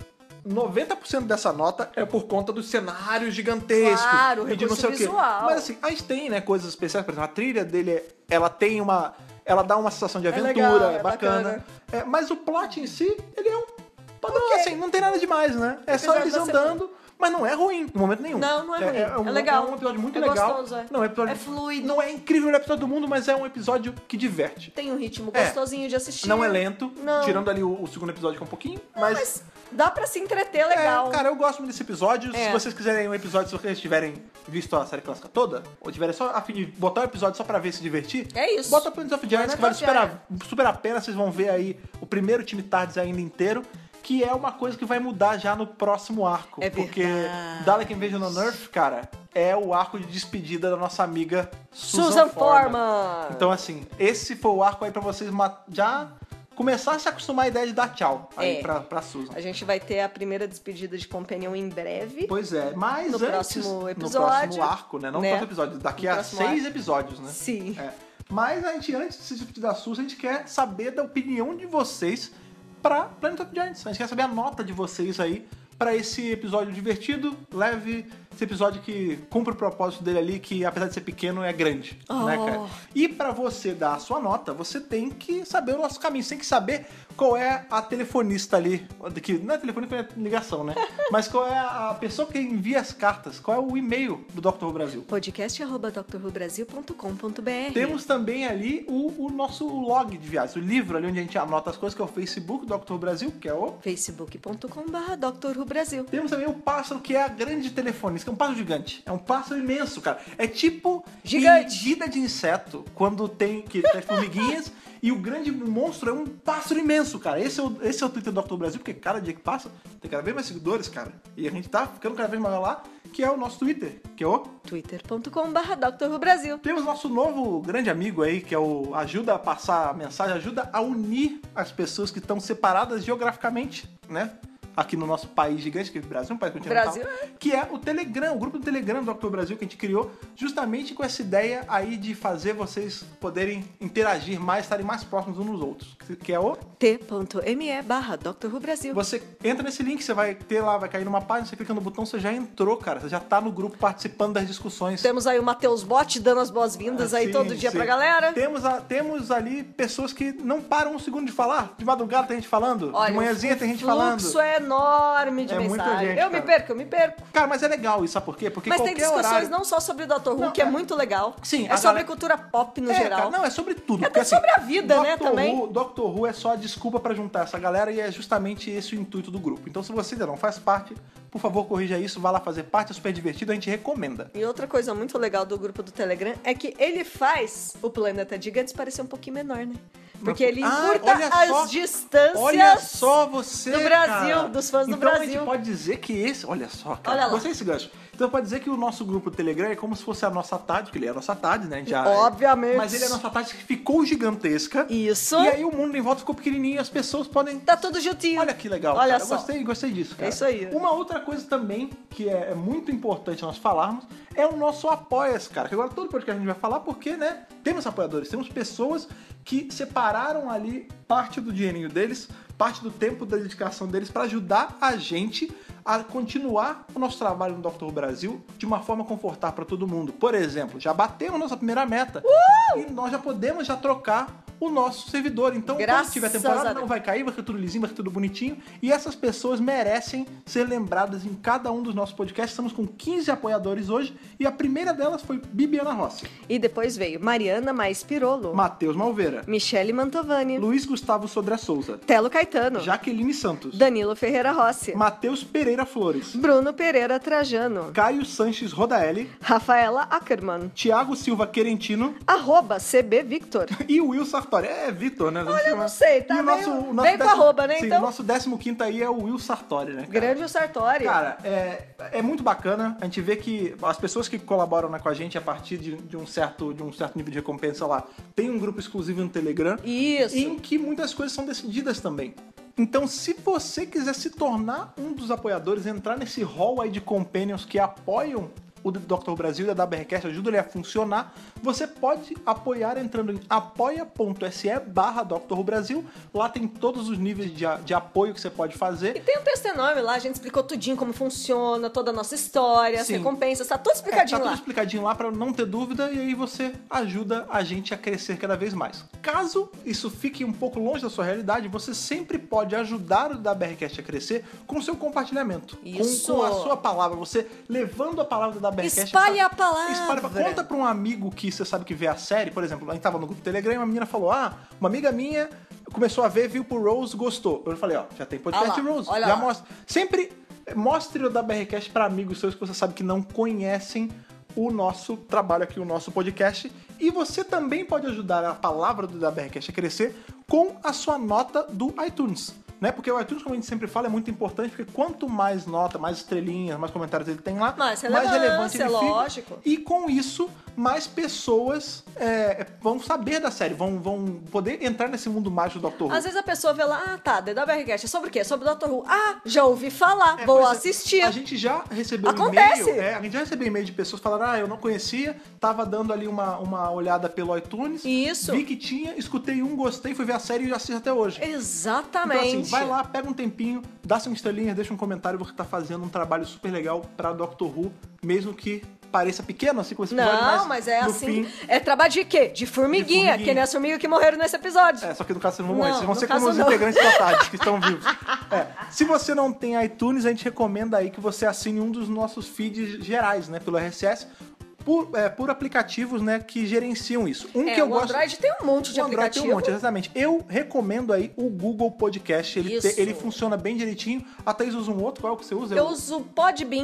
A: 90% dessa nota é por conta dos cenários gigantescos.
B: Claro,
A: e de não
B: recurso
A: sei o quê.
B: visual.
A: Mas assim, a gente tem, né, coisas especiais. Por exemplo, a trilha dele, é- ela tem uma... Ela dá uma sensação de
B: É
A: aventura,
B: legal, é
A: é bacana.
B: bacana.
A: É, mas o plot em si, ele é um padrão,
B: Ok.
A: assim, não tem nada demais, né? É só
B: Episódio
A: eles
B: da semana.
A: andando, mas não é ruim em momento nenhum.
B: Não, não é ruim.
A: um,
B: É legal.
A: É um episódio muito
B: É
A: legal.
B: gostoso, é.
A: Não, é, um episódio,
B: É fluido.
A: Não é incrível o melhor episódio do mundo, mas é um episódio que diverte.
B: Tem um ritmo
A: É.
B: gostosinho de assistir.
A: Não é lento,
B: Não.
A: tirando ali o, o segundo episódio que é um pouquinho,
B: Mas, dá pra se entreter legal.
A: é, cara, eu gosto muito desse episódio.
B: É.
A: Se vocês quiserem um episódio, se vocês tiverem visto a série clássica toda, ou tiverem só a fim de botar um episódio só pra ver e se divertir,
B: É isso.
A: bota Planet of Giants, que vale
B: Planet of
A: super a, super a pena. Vocês vão ver aí o primeiro time Tardes ainda inteiro, que é uma coisa que vai mudar já no próximo arco.
B: É
A: porque
B: verdade.
A: Dalek Invasion on Earth, cara, é o arco de despedida da nossa amiga Susan,
B: Susan
A: Forman.
B: Forman.
A: Então, assim, esse foi o arco aí pra vocês ma- já começar a se acostumar à ideia de dar tchau aí
B: É.
A: pra, pra Susan.
B: A gente vai ter a primeira despedida de Companion em breve.
A: Pois é, mas
B: No
A: antes,
B: próximo
A: no
B: episódio,
A: próximo arco, né? Não
B: né?
A: no próximo episódio, daqui
B: No
A: a
B: próximo
A: seis episódios, né?
B: Sim.
A: É. Mas a gente, antes tipo de se discutir da SUS, a gente quer saber da opinião de vocês pra Planet of Giants. A gente quer saber a nota de vocês aí pra esse episódio divertido, leve, esse episódio que cumpre o propósito dele ali, que apesar de ser pequeno, é grande, né,
B: Oh.
A: cara? E pra você dar a sua nota, você tem que saber o nosso caminho, você tem que saber qual é a telefonista ali, que não é telefonista, é ligação, né? Mas qual é a pessoa que envia as cartas, qual é o e-mail do Dr. Who Brasil.
B: podcast.drrubrasil.com.br
A: Temos também ali o, o nosso log de viagens, o livro ali onde a gente anota as coisas, que é o Facebook do Dr. Brasil, que é o.
B: facebook.com.br drrubrasil.
A: Temos também o pássaro, que é a grande telefonista, que é um pássaro gigante. É um pássaro imenso, cara. É tipo
B: Gigante.
A: medida de inseto, quando tem que tem as formiguinhas, e o grande monstro é um pássaro imenso, cara. Esse é o, esse é o Twitter do Dr. Brasil, porque cada dia que passa, tem cada vez mais seguidores, cara. E a gente tá ficando cada vez maior lá, que é o nosso Twitter, que é o
B: twitter.com.br drrubrasil.
A: Temos nosso novo grande amigo aí, que é o ajuda a passar a mensagem, ajuda a unir as pessoas que estão separadas geograficamente, né? aqui no nosso país gigante, que é o Brasil, um país continental,
B: Brasil,
A: que é o Telegram, o grupo do Telegram do Octo Brasil que a gente criou justamente com essa ideia aí de fazer vocês poderem interagir mais, estarem mais próximos uns dos outros, que é o
B: T.me barra Dr. Who Brasil.
A: você entra nesse link, você vai ter lá, vai cair numa página, você clica no botão, você já entrou, cara. Você já tá no grupo participando das discussões.
B: Temos aí o Matheus Bot dando as boas-vindas aí
A: Ah, Sim,
B: todo dia
A: Assim, sim.
B: pra galera.
A: Temos, a- temos ali pessoas que não param um segundo de falar. De madrugada tem gente falando,
B: Olha,
A: de manhãzinha tem gente falando.
B: Isso é enorme de
A: É muita
B: mensagem.
A: gente,
B: eu me
A: cara.
B: perco, eu me perco.
A: Cara, mas é legal isso, sabe por quê? Porque
B: Mas tem
A: qualquer
B: discussões
A: horário...
B: não só sobre o Dr. Who,
A: Não,
B: que é,
A: é-
B: muito legal.
A: Sim,
B: é
A: a
B: sobre
A: galera-
B: cultura pop no
A: É,
B: geral.
A: cara, não, é sobre tudo.
B: É
A: porque,
B: até sobre a vida, né,
A: Doctor
B: também.
A: Who, Doctor Who é só a desculpa pra juntar essa galera e é justamente esse o intuito do grupo. Então, se você ainda não faz parte, por favor, corrija isso, vá lá fazer parte, é super divertido, a gente recomenda.
B: E outra coisa muito legal do grupo do Telegram é que ele faz o planeta Gigantes parecer um pouquinho menor, né? Porque ele
A: Ah,
B: encurta
A: olha
B: as
A: só.
B: distâncias.
A: Olha só você,
B: do Brasil,
A: cara.
B: dos fãs do
A: então, a
B: Brasil.
A: gente pode dizer que esse... Olha só, cara.
B: Olha lá.
A: Gostei desse gancho. Então, pode dizer que o nosso grupo do Telegram é como se fosse a nossa tarde, porque ele é a nossa tarde, né? a gente Já,
B: Obviamente.
A: Mas ele é a nossa tarde que ficou gigantesca.
B: Isso.
A: E aí o mundo em volta ficou pequenininho e as pessoas podem
B: Tá tudo juntinho.
A: Olha que legal.
B: Olha
A: cara.
B: só.
A: Eu gostei, gostei disso, cara.
B: É isso aí.
A: Uma outra coisa também que é é muito importante nós falarmos é o nosso apoia-se, cara. Que agora todo podcast a gente vai falar porque, né, temos apoiadores, temos pessoas que separaram ali parte do dinheirinho deles, parte do tempo da dedicação deles pra ajudar a gente a continuar o nosso trabalho no Dr. Who Brasil de uma forma confortável pra todo mundo. Por exemplo, já batemos nossa primeira meta
B: Uh!
A: e nós já podemos já trocar o nosso servidor. Então,
B: Graças
A: quando tiver
B: a
A: temporada,
B: Deus.
A: não vai cair, vai ficar tudo lisinho, vai ficar tudo bonitinho. E essas pessoas merecem ser lembradas em cada um dos nossos podcasts. Estamos com 15 apoiadores hoje e a primeira delas foi Bibiana Rossi,
B: E depois veio Mariana Mais Pirolo,
A: Matheus Malveira,
B: Michele Mantovani,
A: Luiz Gustavo Sodré Souza,
B: Telo Caetano,
A: Jaqueline Santos,
B: Danilo Ferreira Rossi,
A: Matheus Pereira Flores,
B: Bruno Pereira Trajano,
A: Caio Sanches Rodaelli,
B: Rafaela Ackerman,
A: Tiago Silva Querentino
B: arroba CB Victor.
A: e Will Sartori. É, Vitor, né?
B: Olha, eu não sei, tá
A: E o
B: meio-
A: nosso, o nosso
B: bem com
A: décimo-
B: arroba, né,
A: Sim,
B: então?
A: o nosso 15 aí é o Will Sartori, né? cara?
B: Grande o Sartori.
A: Cara, é, é muito bacana. A gente vê que as pessoas que colaboram né, com a gente a partir de, de um certo, de um certo nível de recompensa lá, tem um grupo exclusivo no Telegram
B: Isso.
A: em que muitas coisas são decididas também. Então, se você quiser se tornar um dos apoiadores, entrar nesse hall aí de companions que apoiam o Dr. Brasil e a WRCast, ajuda ele a funcionar, você pode apoiar entrando em apoia.se barra Dr. Brasil. Lá tem todos os níveis de, a- de apoio que você pode fazer.
B: E tem um texto enorme lá, a gente explicou tudinho como funciona, toda a nossa história, as
A: Sim.
B: recompensas, tá tudo
A: É,
B: explicadinho
A: tá tudo
B: lá.
A: explicadinho lá pra não ter dúvida e aí você ajuda a gente a crescer cada vez mais. Caso isso fique um pouco longe da sua realidade, você sempre pode ajudar o da BRCast a crescer com seu compartilhamento, com-
B: Isso.
A: com, a sua palavra, você levando a palavra da BRCast.
B: Espalhe
A: pra-
B: a palavra.
A: Espalha, pra- conta pra um amigo que você sabe que vê a série, por exemplo, a gente tava no grupo do Telegram e uma menina falou: "Ah, uma amiga minha começou a ver, viu pro Rose, gostou". Eu falei: "Ó, já tem podcast
B: Ah lá,
A: Rose,
B: olha
A: já
B: lá.
A: mostra. Sempre eh, mostre o da BRCast para amigos seus que você sabe que não conhecem o nosso trabalho aqui, o nosso podcast. E você também pode ajudar a palavra do da BRCast a crescer com a sua nota do iTunes. Né? Porque o iTunes, como a gente sempre fala, é muito importante, porque quanto mais nota, mais estrelinhas, mais comentários ele tem lá,
B: Mais
A: mais relevante
B: é relevância,
A: ele
B: lógico.
A: fica. E com isso, mais pessoas é, vão saber da série, vão, vão poder entrar nesse mundo mágico do Dr. Who.
B: Às vezes a pessoa vê lá, ah tá, DWRcast é sobre o quê? É sobre o Dr. Who. Ah, já ouvi falar,
A: É,
B: vou
A: por exemplo,
B: assistir.
A: A gente já recebeu
B: Acontece.
A: e-mail. é, a gente já recebeu e-mail de pessoas falando: ah, eu não conhecia, tava dando ali uma, uma olhada pelo iTunes.
B: Isso.
A: Vi que tinha, escutei um, gostei, fui ver a série e assisto até hoje. Então,
B: Exatamente.
A: assim, vai lá, pega um tempinho, dá cinco estrelinhas, deixa um comentário, você tá fazendo um trabalho super legal pra Doctor Who, mesmo que pareça pequeno, assim, com esse episódio,
B: Não, mas é
A: no
B: assim.
A: fim-
B: É trabalho de quê? De formiguinha,
A: formiguinha.
B: que nem as formigas que morreram nesse episódio.
A: É, só que no caso vocês não vão morrer. Vocês
B: Não,
A: vão
B: no
A: ser como
B: caso
A: os
B: não.
A: integrantes da tarde que estão vivos. É, se você não tem iTunes, a gente recomenda aí que você assine um dos nossos feeds gerais, né? Pelo RSS, por, é, por aplicativos, né? Que gerenciam isso. Um
B: É,
A: que eu
B: o
A: gosto...
B: Android tem um monte de
A: o Android tem
B: aplicativo.
A: um monte, exatamente. Eu recomendo aí o Google Podcast. Ele,
B: Isso.
A: te- ele funciona bem direitinho. A Thaís usa um outro. Qual é o que você usa?
B: Eu uso o Podbean,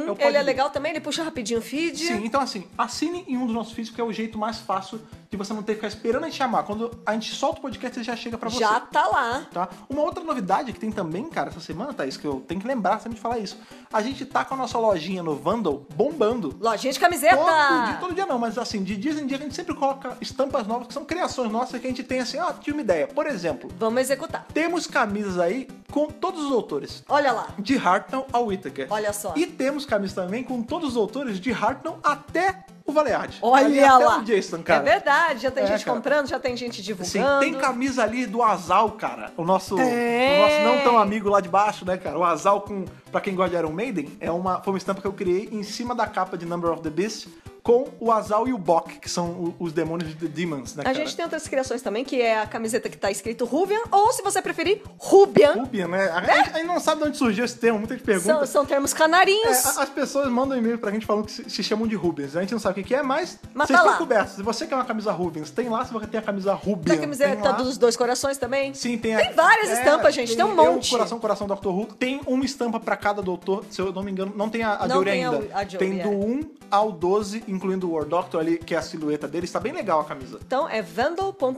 A: É o
B: ele é
A: Podbean.
B: legal também, ele puxa rapidinho o feed.
A: Sim, então assim, assine em um dos nossos feeds, que é o jeito mais fácil de você não ter que ficar esperando a gente chamar. Quando a gente solta o podcast, ele já chega pra você.
B: Já tá lá.
A: Tá? Uma outra novidade que tem também, cara, essa semana, Thaís, que eu tenho que lembrar sempre de falar isso. A gente tá com a nossa lojinha no Vandal bombando.
B: Lojinha de camiseta!
A: Todo dia, todo dia não, mas assim, de dia em dia a gente sempre coloca estampas novas que são criações nossas que a gente tem assim, ó, tive uma ideia. Por exemplo,
B: Vamos executar.
A: temos camisas aí com todos os autores.
B: Olha lá.
A: De Hartnell a Whittaker.
B: Olha só.
A: E temos camisas também com todos os autores de Hartnell até o Valeade. Ali
B: Olha
A: até
B: lá.
A: o Jason, cara.
B: É verdade, já tem
A: É,
B: gente
A: cara.
B: comprando, já tem gente
A: Sim,
B: divulgando.
A: tem camisa ali do Azal, cara. O nosso,
B: Tem.
A: o nosso não tão amigo lá de baixo, né, cara? O Azal, com, pra quem gosta de Iron Maiden, é uma, foi uma estampa que eu criei em cima da capa de Number of the Beast com o Azal e o Bok, que são o- os demônios de The Demons, né,
B: A
A: cara?
B: gente tem outras criações também, que é a camiseta que tá escrito Rubian, ou se você preferir, Rubian.
A: Rubian, né? A, gente- a gente não sabe de onde surgiu esse termo, muita gente pergunta.
B: São, são termos
A: É,
B: canarinhos.
A: a- as pessoas mandam e-mail pra gente falando que se, se chamam de Rubens. A gente não sabe o que, que é, mas,
B: Mas
A: vocês
B: tá lá.
A: estão cobertos. Se você quer uma camisa Rubens, tem lá. Se você tem a camisa Rubian,
B: Tem a camiseta
A: tem lá.
B: dos dois corações também.
A: Sim, tem É,
B: Tem várias estampas, gente, tem um monte.
A: O coração, coração do Doctor Who. Tem uma estampa pra cada doutor, se eu não me engano. Não tem a, a
B: Não
A: Jory
B: tem a-
A: ainda.
B: a Jory,
A: tem do
B: é.
A: 1 ao 12, incluindo o War Doctor ali, que é a silhueta dele. Está bem legal a camisa.
B: Então é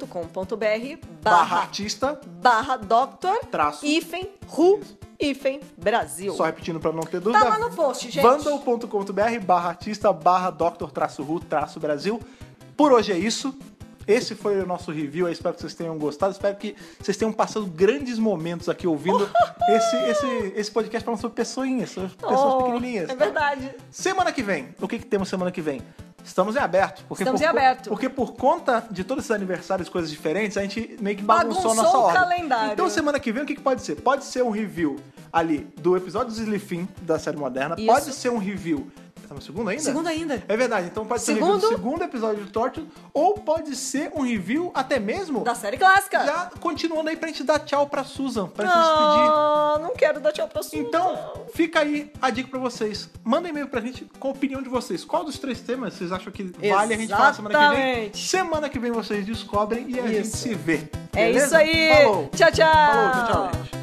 B: vandal.com.br
A: Barra
B: barra,
A: artista,
B: barra doctor
A: traço.
B: hífen ru
A: Isso.
B: hífen Brasil.
A: Só repetindo pra não ter dúvida.
B: Tá lá no post, gente.
A: Vandal.com.br barra artista barra doctor traço ru traço Brasil. Por hoje é isso. Esse foi o nosso review. Eu espero que vocês tenham gostado. Espero que vocês tenham passado grandes momentos aqui ouvindo esse, esse, esse podcast falando sobre pessoinhas, sobre pessoas
B: Oh,
A: pequenininhas.
B: É
A: cara.
B: verdade.
A: Semana que vem, o que, que temos semana que vem? Estamos em aberto. Porque
B: Estamos
A: por
B: em
A: co-
B: aberto.
A: Porque por conta de todos esses aniversários, coisas diferentes, a gente meio que bagunçou, a
B: Bagunçou
A: nossa
B: o
A: ordem.
B: calendário.
A: Então semana que vem, o que, que pode ser? Pode ser um review ali do episódio do Slifin da série moderna.
B: Isso.
A: Pode ser um review... Estamos segundo ainda?
B: Segundo ainda.
A: É verdade, então pode ser um review do
B: Segundo.
A: segundo episódio de Torture, ou pode ser um review até mesmo...
B: Da série clássica.
A: Já continuando aí pra gente dar tchau pra Susan, pra gente se despedir.
B: não, não quero dar tchau pra sua.
A: Então, fica aí a dica pra vocês. Manda e-mail pra gente com a opinião de vocês. Qual dos três temas vocês acham que vale a gente falar semana que vem?
B: Exatamente.
A: Semana que vem vocês descobrem e a gente
B: Isso.
A: se vê.
B: é
A: beleza?
B: isso aí.
A: Falou.
B: Tchau, tchau.
A: Falou, tchau, tchau, gente.